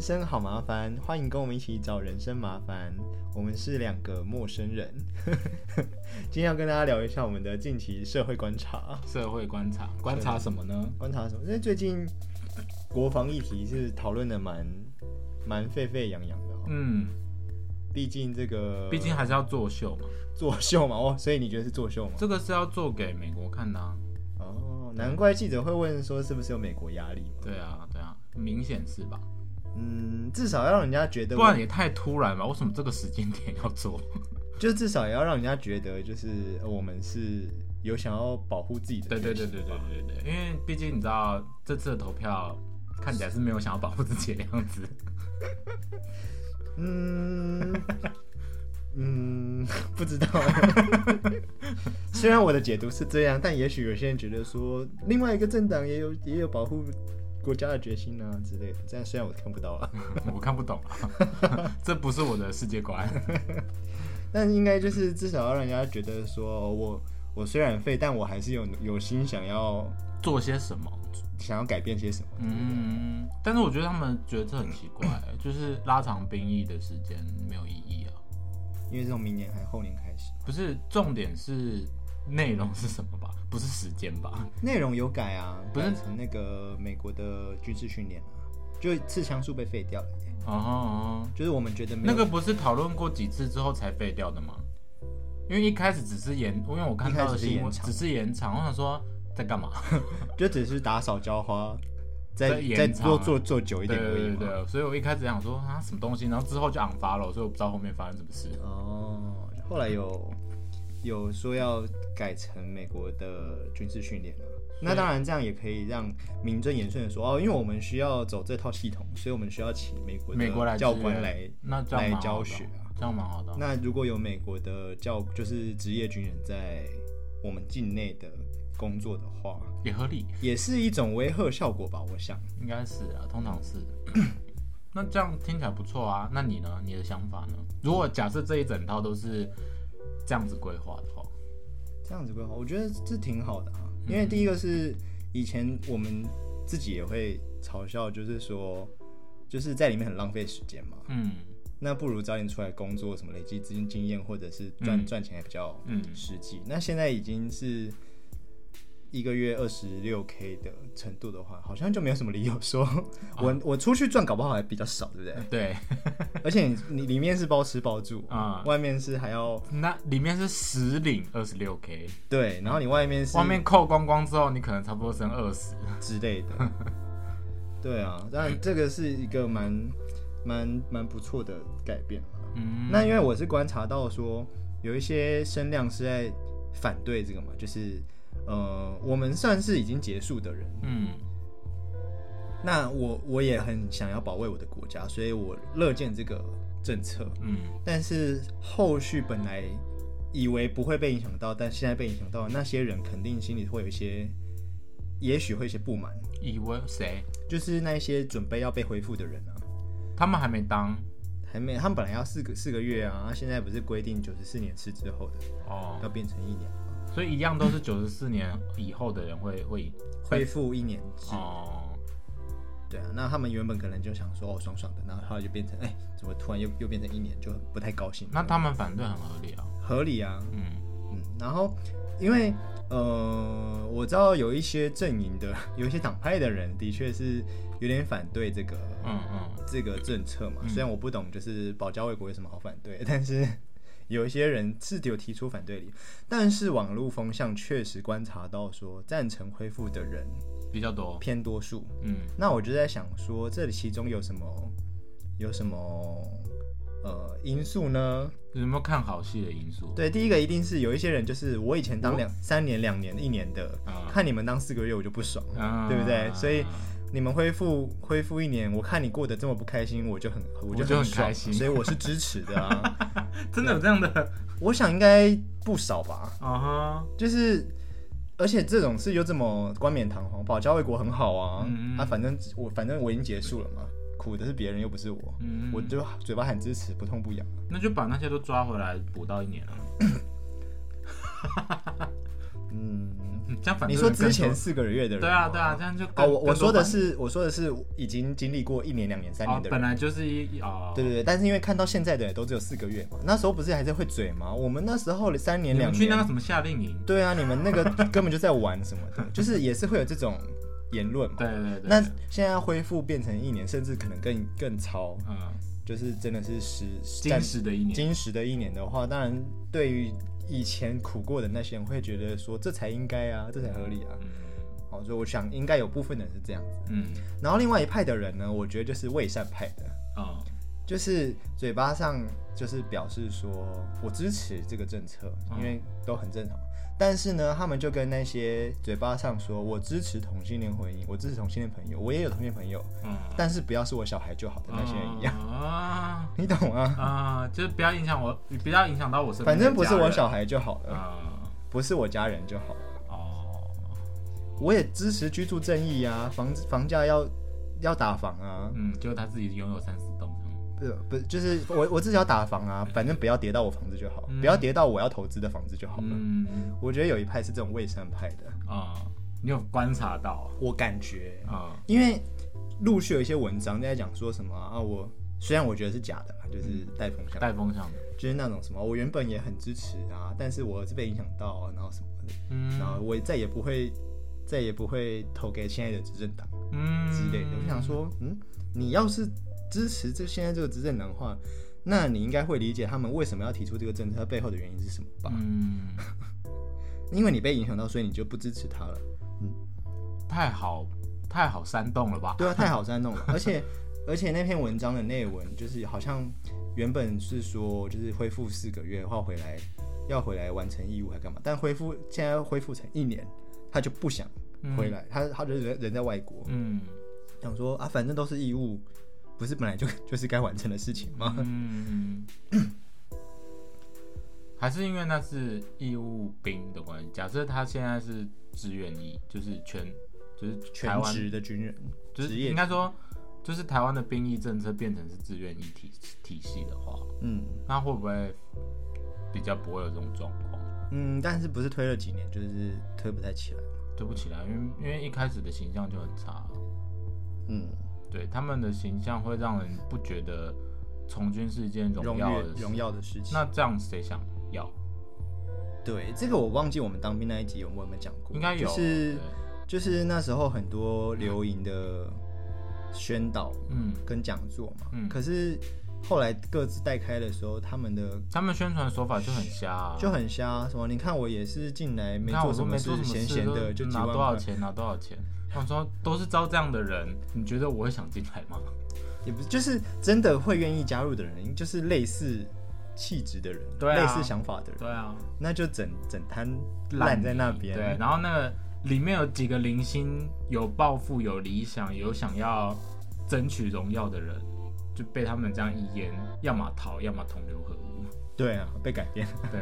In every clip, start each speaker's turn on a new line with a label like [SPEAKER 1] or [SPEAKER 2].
[SPEAKER 1] 生好麻烦，欢迎跟我们一起找人生麻烦。我们是两个陌生人， 今天要跟大家聊一下我们的近期社会观察。
[SPEAKER 2] 社会观察，观察什么呢？
[SPEAKER 1] 观察什么？因为最近国防议题是讨论的蛮蛮沸沸扬扬的、哦，
[SPEAKER 2] 嗯，
[SPEAKER 1] 毕竟这个
[SPEAKER 2] 毕竟还是要作秀嘛，
[SPEAKER 1] 作秀嘛，哦，所以你觉得是作秀吗？
[SPEAKER 2] 这个是要做给美国看的、啊。
[SPEAKER 1] 哦，难怪记者会问说是不是有美国压力嘛？
[SPEAKER 2] 对啊，对啊，明显是吧？
[SPEAKER 1] 嗯，至少要让人家觉得
[SPEAKER 2] 不
[SPEAKER 1] 我，
[SPEAKER 2] 然也太突然吧？为什么这个时间点要做？
[SPEAKER 1] 就至少也要让人家觉得就是呃我们是有想要保护自己的
[SPEAKER 2] 对对
[SPEAKER 1] 决
[SPEAKER 2] 对
[SPEAKER 1] 心
[SPEAKER 2] 对对
[SPEAKER 1] 吧
[SPEAKER 2] 对对，因为毕竟你知道这次的投票看起来是没有想要保护自己的样子，
[SPEAKER 1] 嗯，嗯，不知道。 虽然我的解读是这样，但也许有些人觉得说，另外一个政党也有也有保护国家的决心啊之类的。这样虽然我看不到 啊，
[SPEAKER 2] 我看不懂啊， 这不是我的世界观。
[SPEAKER 1] 但应该就是至少要让人家觉得说哦我我虽然废，但我还是有有心想要
[SPEAKER 2] 做些什么？
[SPEAKER 1] 想要改变些什么。
[SPEAKER 2] 嗯，但是我觉得他们觉得这很奇怪，就是拉长兵役的时间没有意义啊。
[SPEAKER 1] 因为从明年还后年开始，
[SPEAKER 2] 不是，重点是内容是什么吧？不是时间 吧？
[SPEAKER 1] 内容有改啊，
[SPEAKER 2] 不是
[SPEAKER 1] 改成那个美国的军事训练啊，就刺枪术被废掉了耶。
[SPEAKER 2] 哦哦，
[SPEAKER 1] 就是我们觉得没有
[SPEAKER 2] 那个不是讨论过几次之后才废掉的吗？因为一开始只是延，因为我看到的新
[SPEAKER 1] 一开始是延
[SPEAKER 2] 闻
[SPEAKER 1] 长
[SPEAKER 2] 只是延长，我想说在干嘛？
[SPEAKER 1] 就只是打扫浇花，
[SPEAKER 2] 再
[SPEAKER 1] 再
[SPEAKER 2] 延
[SPEAKER 1] 再
[SPEAKER 2] 长
[SPEAKER 1] 多
[SPEAKER 2] 啊
[SPEAKER 1] 做做久一
[SPEAKER 2] 对
[SPEAKER 1] 点而已
[SPEAKER 2] 对
[SPEAKER 1] 嘛。
[SPEAKER 2] 对，所以我一开始想说啊什么东西，然后之后就 unfollow，了所以我不知道后面发生什么事。
[SPEAKER 1] 哦，后来有有说要改成美国的军事训练啊。那当然，这样也可以让名正言顺的说哦，因为我们需要走这套系统，所以我们需要请美国
[SPEAKER 2] 美国来
[SPEAKER 1] 的教官
[SPEAKER 2] 支援
[SPEAKER 1] 来
[SPEAKER 2] 那这样
[SPEAKER 1] 来
[SPEAKER 2] 蛮好的
[SPEAKER 1] 教学啊。
[SPEAKER 2] 这样蛮好的啊。
[SPEAKER 1] 那如果有美国的教，就是职业军人在我们境内的工作的话，
[SPEAKER 2] 也合理，
[SPEAKER 1] 也是一种威吓效果吧，我想。
[SPEAKER 2] 应该是啊，通常是。 那这样听起来不错啊，那你呢？你的想法呢？如果假设这一整套都是这样子规划的话，
[SPEAKER 1] 这样子规划，我觉得这挺好的啊。
[SPEAKER 2] 嗯
[SPEAKER 1] 因为第一个是以前我们自己也会嘲笑，就是说，就是在里面很浪费时间嘛。
[SPEAKER 2] 嗯
[SPEAKER 1] 那不如早点出来工作，什么累积资金经验，或者是赚
[SPEAKER 2] 嗯
[SPEAKER 1] 赚、钱还比较
[SPEAKER 2] 嗯
[SPEAKER 1] 实际。那现在已经是一个月二十六 k 的程度的话，好像就没有什么理由 说我、我出去赚，搞不好还比较少，对不对？
[SPEAKER 2] 对，
[SPEAKER 1] 而且你你里面是包吃包住
[SPEAKER 2] 嗯啊
[SPEAKER 1] 外面是还要
[SPEAKER 2] 那里面是实领二十六 k，
[SPEAKER 1] 对，然后你外面是
[SPEAKER 2] 外面扣光光之后，你可能差不多剩二十。
[SPEAKER 1] 之类的。对啊，当然这个是一个蛮蛮蛮不错的改变啊。
[SPEAKER 2] 嗯，
[SPEAKER 1] 那因为我是观察到说，有一些声量是在反对这个嘛，就是呃，我们算是已经结束的人，
[SPEAKER 2] 嗯
[SPEAKER 1] 那我我也很想要保卫我的国家，所以我乐见这个政策。
[SPEAKER 2] 嗯
[SPEAKER 1] 但是后续本来以为不会被影响到，但现在被影响到，那些人肯定心里会有一些，也许会有一些不满。
[SPEAKER 2] 以为谁？
[SPEAKER 1] 就是那一些准备要被恢复的人啊，
[SPEAKER 2] 他们还没当
[SPEAKER 1] 还没，他们本来要四个四个月啊，现在不是规定九十四年次之后的
[SPEAKER 2] 哦，
[SPEAKER 1] 要变成一年，
[SPEAKER 2] 所以一样都是九十四年以后的人会会赢
[SPEAKER 1] 恢复一年制，
[SPEAKER 2] 哦，
[SPEAKER 1] 对啊，那他们原本可能就想说哦爽爽的，然后后来就变成哎、怎么突然又又变成一年，就不太高兴，
[SPEAKER 2] 那他们反对很合理啊。
[SPEAKER 1] 合理啊，
[SPEAKER 2] 嗯
[SPEAKER 1] 嗯，然后因为呃我知道有一些阵营的有一些党派的人的确是有点反对这个
[SPEAKER 2] 嗯嗯，
[SPEAKER 1] 这个政策嘛，虽然我不懂就是保家卫国有什么好反对， 但是有一些人是有提出反对理由，但是网络风向确实观察到说赞成恢复的人
[SPEAKER 2] 比较多。
[SPEAKER 1] 偏多数，
[SPEAKER 2] 嗯
[SPEAKER 1] 那我就在想说这里其中有什么有什么呃因素呢？
[SPEAKER 2] 有没有看好戏的因素？
[SPEAKER 1] 对，第一个一定是有一些人就是我以前
[SPEAKER 2] 哦
[SPEAKER 1] 当两三年、两年、一年的，
[SPEAKER 2] 啊
[SPEAKER 1] 看你们当四个月我就不爽了，
[SPEAKER 2] 啊
[SPEAKER 1] 对不对所以你们恢复恢复一年，我看你过得这么不开心，我就很我就
[SPEAKER 2] 我就很
[SPEAKER 1] 爽
[SPEAKER 2] 开心
[SPEAKER 1] 所以我是支持的 啊。
[SPEAKER 2] 真的有这样的
[SPEAKER 1] 我想应该不少吧，
[SPEAKER 2] 啊哈，
[SPEAKER 1] 就是而且这种事又这么冠冕堂皇，保家卫国很好啊。
[SPEAKER 2] 嗯嗯
[SPEAKER 1] 啊，反正我反正我已经结束了嘛，苦的是别人又不是我，
[SPEAKER 2] 嗯
[SPEAKER 1] 我就嘴巴喊支持，不痛不痒。
[SPEAKER 2] 那就把那些都抓回来补到一年了。
[SPEAKER 1] 嗯，
[SPEAKER 2] 嗯这样反
[SPEAKER 1] 你
[SPEAKER 2] 正
[SPEAKER 1] 说
[SPEAKER 2] 更多
[SPEAKER 1] 之前四个月的人，
[SPEAKER 2] 对啊对啊，，这样就更
[SPEAKER 1] 哦，我我
[SPEAKER 2] 更多
[SPEAKER 1] 说的
[SPEAKER 2] 反
[SPEAKER 1] 是我说的是已经经历过一年、两年、三
[SPEAKER 2] 哦
[SPEAKER 1] 年的，人
[SPEAKER 2] 本，来就是一哦，
[SPEAKER 1] 对对对，但是因为看到现在的也都只有四个月嘛，那时候不是还是会嘴吗？我们那时候三年
[SPEAKER 2] 你
[SPEAKER 1] 两
[SPEAKER 2] 们去那个
[SPEAKER 1] 年，
[SPEAKER 2] 什么夏令营，
[SPEAKER 1] 对啊，你们那个根本就在玩什么的，就是也是会有这种言论嘛。
[SPEAKER 2] 对对对，
[SPEAKER 1] 那现在要恢复变成一年，甚至可能更更超，
[SPEAKER 2] 嗯，
[SPEAKER 1] 就是真的是实
[SPEAKER 2] 金石的一年，
[SPEAKER 1] 金石的一年的话，当然对于以前苦过的那些人会觉得说这才应该啊，这才合理啊。
[SPEAKER 2] 嗯
[SPEAKER 1] 好，所以我想应该有部分人是这样子。
[SPEAKER 2] 嗯
[SPEAKER 1] 然后另外一派的人呢，我觉得就是伪善派的，
[SPEAKER 2] 嗯
[SPEAKER 1] 就是嘴巴上就是表示说我支持这个政策，
[SPEAKER 2] 嗯
[SPEAKER 1] 因为都很正常。但是呢，他们就跟那些嘴巴上说我支持同性恋婚姻，我支持同性恋朋友，我也有同性恋朋友，
[SPEAKER 2] 嗯，
[SPEAKER 1] 但是不要是我小孩就好的那些人一样，
[SPEAKER 2] 啊
[SPEAKER 1] 你懂吗？
[SPEAKER 2] 啊，就是不要影响我，不要影响到我身边
[SPEAKER 1] 反
[SPEAKER 2] 的家
[SPEAKER 1] 正
[SPEAKER 2] 人，
[SPEAKER 1] 不是我小孩就好了，
[SPEAKER 2] 啊
[SPEAKER 1] 不是我家人就好了。
[SPEAKER 2] 哦，
[SPEAKER 1] 我也支持居住正义啊，房房价要要打房啊，
[SPEAKER 2] 嗯，就他自己拥有三十栋，
[SPEAKER 1] 不不就是我我自己要打房 啊，反正不要跌到我房子就好，
[SPEAKER 2] 嗯
[SPEAKER 1] 不要跌到我要投资的房子就好了。
[SPEAKER 2] 嗯
[SPEAKER 1] 我觉得有一派是这种未善派的，
[SPEAKER 2] 啊，你有观察到
[SPEAKER 1] 我感觉，
[SPEAKER 2] 啊？
[SPEAKER 1] 因为陆续有一些文章在讲说什么啊，我虽然我觉得是假的啦，就是带风向，
[SPEAKER 2] 带风向的，
[SPEAKER 1] 就是那种什么，我原本也很支持啊，但是我是被影响到啊，然后什么的，
[SPEAKER 2] 嗯
[SPEAKER 1] 然后我再也不会再也不会投给现在的执政党。
[SPEAKER 2] 嗯
[SPEAKER 1] 之类的。我想，说，嗯，你要是支持这现在这个执政党的话，那你应该会理解他们为什么要提出这个政策背后的原因是什么吧？
[SPEAKER 2] 嗯，
[SPEAKER 1] 因为你被影响到，所以你就不支持他 了。
[SPEAKER 2] 太好太好煽动了吧？
[SPEAKER 1] 对啊，太好煽动了。而且而且那篇文章的内文就是好像原本是说就是恢复四个月，后回来要回来完成义务还干嘛？但恢复现在要恢复成一年，他就不想回来，他他就人人在外国，
[SPEAKER 2] 嗯
[SPEAKER 1] 想说啊，反正都是义务。不是本来就 就是该完成的事情吗？
[SPEAKER 2] 嗯，还是因为那是义务兵的关系。假设他现在是志愿役，就是全就是台
[SPEAKER 1] 全
[SPEAKER 2] 湾
[SPEAKER 1] 职的军人，
[SPEAKER 2] 就是
[SPEAKER 1] 职业
[SPEAKER 2] 应该说，就是台湾的兵役政策变成是自愿役体体系的话，
[SPEAKER 1] 嗯
[SPEAKER 2] 那会不会比较不会有这种状况？
[SPEAKER 1] 嗯，但是不是推了几年，就是推不太起来。
[SPEAKER 2] 对不起啦，因为因为一开始的形象就很差，
[SPEAKER 1] 嗯，
[SPEAKER 2] 对他们的形象会让人不觉得从军是一件荣
[SPEAKER 1] 荣
[SPEAKER 2] 耀
[SPEAKER 1] 耀
[SPEAKER 2] 的事。
[SPEAKER 1] 嗯荣耀的事情。
[SPEAKER 2] 那这样谁想要？
[SPEAKER 1] 对这个我忘记我们当兵那一集有没有讲过，
[SPEAKER 2] 应该有，啊
[SPEAKER 1] 就是
[SPEAKER 2] 对
[SPEAKER 1] 就是那时候很多留营的宣导
[SPEAKER 2] 嗯，
[SPEAKER 1] 跟讲座嘛，
[SPEAKER 2] 嗯
[SPEAKER 1] 可是后来各自带开的时候，他们的
[SPEAKER 2] 他们宣传手法就很瞎、啊，
[SPEAKER 1] 就很瞎，什么你看我也是进来没
[SPEAKER 2] 那我
[SPEAKER 1] 做
[SPEAKER 2] 说
[SPEAKER 1] 什
[SPEAKER 2] 没
[SPEAKER 1] 么
[SPEAKER 2] 做什么
[SPEAKER 1] 闲
[SPEAKER 2] 事
[SPEAKER 1] 闲的
[SPEAKER 2] 就
[SPEAKER 1] 就几
[SPEAKER 2] 拿
[SPEAKER 1] 万
[SPEAKER 2] 多少
[SPEAKER 1] 块，
[SPEAKER 2] 钱拿多少钱。我想说都是招这样的人，你觉得我会想进来吗？
[SPEAKER 1] 也不是就是真的会愿意加入的人，就是类似气质的人，
[SPEAKER 2] 对啊
[SPEAKER 1] 类似想法的人。
[SPEAKER 2] 对啊，
[SPEAKER 1] 那就整整摊烂在那边。
[SPEAKER 2] 对，然后那个里面有几个零星，有抱负、有理想、有想要争取荣耀的人，就被他们这样一言，要么逃，要么同流合 污。
[SPEAKER 1] 对啊，被改变。
[SPEAKER 2] 对，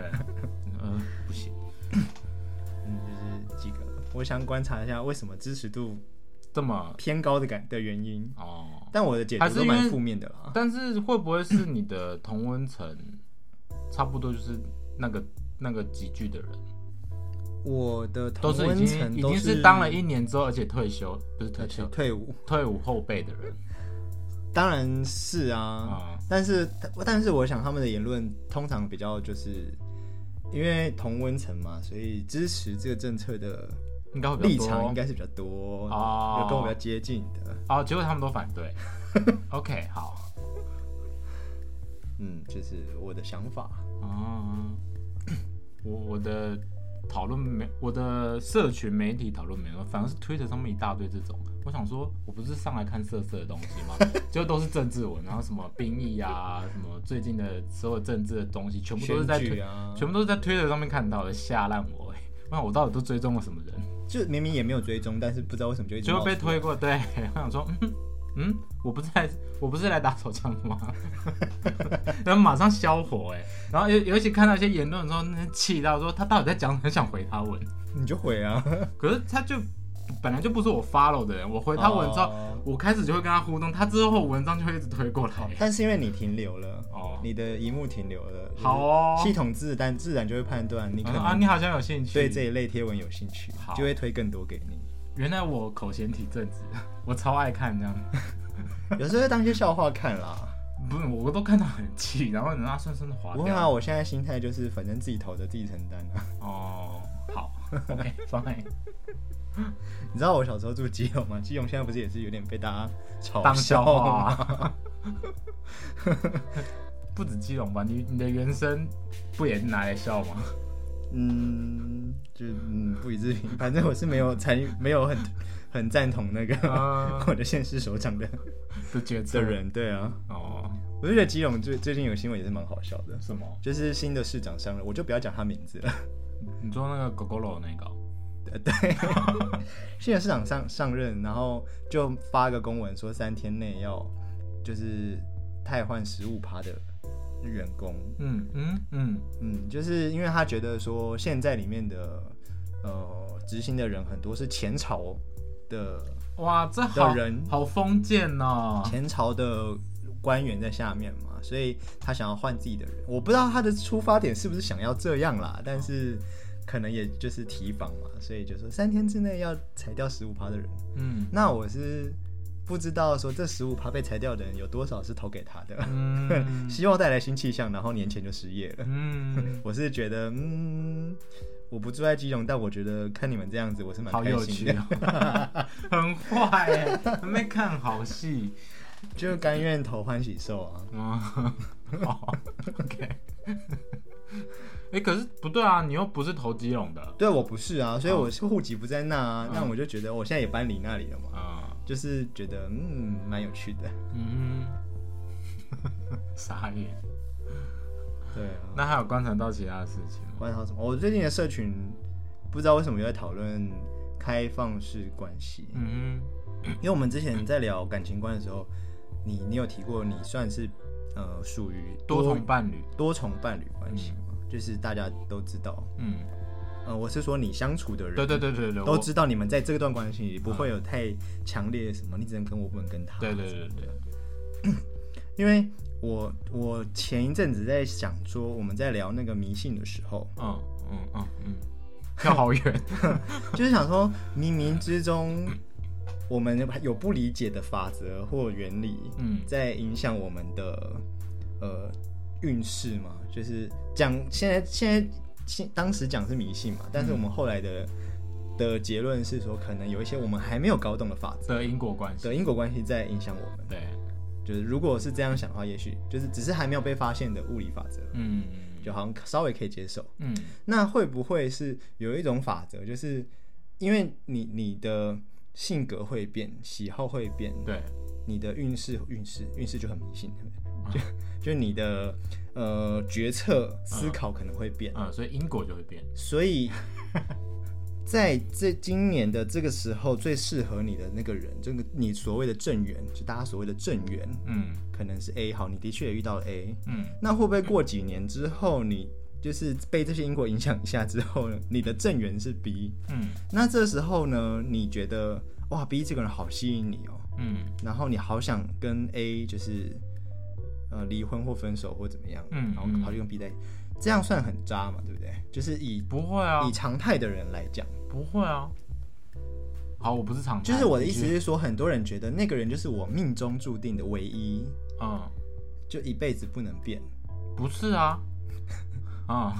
[SPEAKER 2] 呃，不行，
[SPEAKER 1] 嗯，就是几个，我想观察一下为什么支持度
[SPEAKER 2] 这么
[SPEAKER 1] 偏高的感的原因。
[SPEAKER 2] 哦。
[SPEAKER 1] 但我的解
[SPEAKER 2] 还
[SPEAKER 1] 读
[SPEAKER 2] 是
[SPEAKER 1] 都
[SPEAKER 2] 因为
[SPEAKER 1] 蛮负面的啦。
[SPEAKER 2] 但是会不会是你的同温层，差不多就是那个那个集聚的人，
[SPEAKER 1] 我的
[SPEAKER 2] 都
[SPEAKER 1] 同
[SPEAKER 2] 是已
[SPEAKER 1] 温层
[SPEAKER 2] 经已经
[SPEAKER 1] 是
[SPEAKER 2] 是当了一年之后，而且退休，不是
[SPEAKER 1] 而
[SPEAKER 2] 退
[SPEAKER 1] 且
[SPEAKER 2] 休，
[SPEAKER 1] 退伍，
[SPEAKER 2] 退伍后辈的人
[SPEAKER 1] 当然是啊。
[SPEAKER 2] 啊，
[SPEAKER 1] 但是但是我想他们的言论通常比较就是。因为同温层嘛，所以支持这个政策的
[SPEAKER 2] 应该会比
[SPEAKER 1] 立
[SPEAKER 2] 较
[SPEAKER 1] 场应
[SPEAKER 2] 多
[SPEAKER 1] 该是比较多，
[SPEAKER 2] 哦
[SPEAKER 1] 有跟我比较接近的。
[SPEAKER 2] 哦，结果他们都反 对。OK，好，
[SPEAKER 1] 嗯，就是我的想法。
[SPEAKER 2] 哦，我我的讨论没，我的社群媒体讨论没有，反而是 Twitter 上面一大堆这种。我想说，我不是上来看色色的东西吗？ 就都是政治文，然后什么兵役啊，什么最近的所有政治的东西，全部都是在
[SPEAKER 1] 选
[SPEAKER 2] 推，
[SPEAKER 1] 举啊，
[SPEAKER 2] 全部都是在 Twitter 上面看到的，吓烂我哎、欸！那我到底都追踪了什么人？
[SPEAKER 1] 就明明也没有追踪，但是不知道为什么就一直
[SPEAKER 2] 就
[SPEAKER 1] 冒
[SPEAKER 2] 会被
[SPEAKER 1] 出来
[SPEAKER 2] 推。过，对， 我想说，嗯嗯，我不是来，我不是来打手枪的吗？ 然后马上消火哎、然后尤尤其看到一些言论的时候，那气到说他到底在讲什么，很想回他文，
[SPEAKER 1] 你就回啊，
[SPEAKER 2] 可是他就本来就不是我 follow 的人，我回他文章，
[SPEAKER 1] 哦
[SPEAKER 2] 我开始就会跟他互动，他之后文章就会一直 推过来。
[SPEAKER 1] 但是因为你停留了，
[SPEAKER 2] 哦，
[SPEAKER 1] 你的荧幕停留了，
[SPEAKER 2] 好哦
[SPEAKER 1] 就是系统自然自然就会判断你可
[SPEAKER 2] 啊，
[SPEAKER 1] 能
[SPEAKER 2] 你好像有兴趣。
[SPEAKER 1] 对这一类贴文有兴趣
[SPEAKER 2] 好，
[SPEAKER 1] 就会推更多给你。
[SPEAKER 2] 原来我口嫌体正直，我超爱看这样。
[SPEAKER 1] 有时候会当一些笑话看啦。
[SPEAKER 2] 不是，我都看到很气，然后人家顺顺的划
[SPEAKER 1] 不
[SPEAKER 2] 掉。
[SPEAKER 1] 会啊，我现在心态就是反正自己投的自己承担啊。
[SPEAKER 2] 哦，好，OK fine，
[SPEAKER 1] 你知道我小时候住基隆吗？基隆现在不是也是有点被大家嘲
[SPEAKER 2] 当
[SPEAKER 1] 笑
[SPEAKER 2] 笑
[SPEAKER 1] 吗？
[SPEAKER 2] 话、 不止基隆吧，你你的原声不也拿来笑吗？
[SPEAKER 1] 嗯，就嗯不予置评。反正我是没有参与，没有很很赞同那个、
[SPEAKER 2] 啊
[SPEAKER 1] 我的县市首长的
[SPEAKER 2] 的决策
[SPEAKER 1] 的人。对啊，
[SPEAKER 2] 哦，
[SPEAKER 1] 我就觉得基隆最最近有新闻也是蛮好笑的，
[SPEAKER 2] 什么？
[SPEAKER 1] 就是新的市长上任，我就不要讲他名字了。
[SPEAKER 2] 你说那个狗狗楼那个哦？
[SPEAKER 1] 新的市长上上任，然后就发个公文说三天内要就是汰换十五趴的员工，
[SPEAKER 2] 嗯嗯嗯，
[SPEAKER 1] 嗯，就是因为他觉得说现在里面的呃执行的人很多是前朝的
[SPEAKER 2] 哇，这好
[SPEAKER 1] 的人
[SPEAKER 2] 好封建哦。
[SPEAKER 1] 前朝的官员在下面嘛，所以他想要换自己的人。我不知道他的出发点是不是想要这样啦，但是可能也就是提防嘛，所以就说三天之内要裁掉十五趴的人。
[SPEAKER 2] 嗯
[SPEAKER 1] 那我是不知道说这十五趴被裁掉的人有多少是投给他 的，
[SPEAKER 2] 嗯
[SPEAKER 1] 希望带来新气象，然后年前就失业了。
[SPEAKER 2] 嗯，
[SPEAKER 1] 我是觉得，嗯，我不住在基隆，但我觉得看你们这样子，我是蛮
[SPEAKER 2] 好
[SPEAKER 1] 开
[SPEAKER 2] 有
[SPEAKER 1] 心
[SPEAKER 2] 趣
[SPEAKER 1] 的，
[SPEAKER 2] 哦，很坏耶，没看好戏。
[SPEAKER 1] 就甘愿投欢喜寿啊。
[SPEAKER 2] 嗯， 好，OK。哎、可是不对啊，你又不是投基隆的，
[SPEAKER 1] 对我不是啊，所以我是户籍不在那啊，
[SPEAKER 2] 哦嗯
[SPEAKER 1] 那我就觉得我现在也搬离那里了嘛，
[SPEAKER 2] 啊、
[SPEAKER 1] 就是觉得嗯蛮有趣的。
[SPEAKER 2] 嗯， 傻眼。
[SPEAKER 1] 对啊，
[SPEAKER 2] 那还有观察到其他的事情吗？
[SPEAKER 1] 观察什么？我最近的社群不知道为什么又在讨论开放式关系，
[SPEAKER 2] 嗯
[SPEAKER 1] 因为我们之前在聊感情观的时候，你你有提过你算是呃属于
[SPEAKER 2] 哼，多重嗯伴侣，
[SPEAKER 1] 多重伴侣关系嘛，就是大家都知道，
[SPEAKER 2] 嗯，
[SPEAKER 1] 呃，我是说你相处的人，
[SPEAKER 2] 对对对对对，
[SPEAKER 1] 都
[SPEAKER 2] 我嗯
[SPEAKER 1] 知道你们在这段关系里不会有太强烈的什么，你只能跟我不能跟他。
[SPEAKER 2] 对对对对，
[SPEAKER 1] 因为我我前一阵子在想说，我们在聊那个迷信的时候，
[SPEAKER 2] 嗯嗯嗯嗯， 跳 好远，
[SPEAKER 1] 就是想说冥冥之中，我们有不理解的法则或原理，
[SPEAKER 2] 嗯
[SPEAKER 1] 在影响我们的呃运势嘛。就是讲现在现在现当时讲是迷信嘛，但是我
[SPEAKER 2] 嗯
[SPEAKER 1] 们后来的、的结论是说，可能有一些我们还没有搞懂的法则
[SPEAKER 2] 的因果关系，
[SPEAKER 1] 的因果关系在影响我们。
[SPEAKER 2] 对，
[SPEAKER 1] 就是如果是这样想的话，也许就是只是还没有被发现的物理法则，
[SPEAKER 2] 嗯
[SPEAKER 1] 就好像稍微可以接受。
[SPEAKER 2] 嗯
[SPEAKER 1] 那会不会是有一种法则，就是因为你你的性格会变，喜好会变，
[SPEAKER 2] 对，
[SPEAKER 1] 你的运势运势运势就很迷信，对不对就就你的呃决策思考可能会变，
[SPEAKER 2] 嗯，所以因果就会变，
[SPEAKER 1] 所以 在这今年的这个时候，最适合你的那个人，这个你所谓的正缘，就大家所谓的正缘，
[SPEAKER 2] 嗯
[SPEAKER 1] 可能是 A 好，你的确也遇到了 A，
[SPEAKER 2] 嗯
[SPEAKER 1] 那会不会过几年之后，你就是被这些因果影响一下之后呢，你的正缘是 B，
[SPEAKER 2] 嗯
[SPEAKER 1] 那这时候呢，你觉得哇 B 这个人好吸引你哦，
[SPEAKER 2] 嗯
[SPEAKER 1] 然后你好想跟 A 就是呃离婚或分手或怎么样，
[SPEAKER 2] 嗯
[SPEAKER 1] 然后跑去跟 B 在一起，这样算很渣嘛，对不对？就是以
[SPEAKER 2] 不会啊
[SPEAKER 1] 以，常态的人来讲，
[SPEAKER 2] 不会啊。好，我不是常态，
[SPEAKER 1] 就是我的意思
[SPEAKER 2] 你继续，
[SPEAKER 1] 是说，很多人觉得那个人就是我命中注定的唯一，
[SPEAKER 2] 嗯，
[SPEAKER 1] 就一辈子不能变，
[SPEAKER 2] 不是啊， 嗯，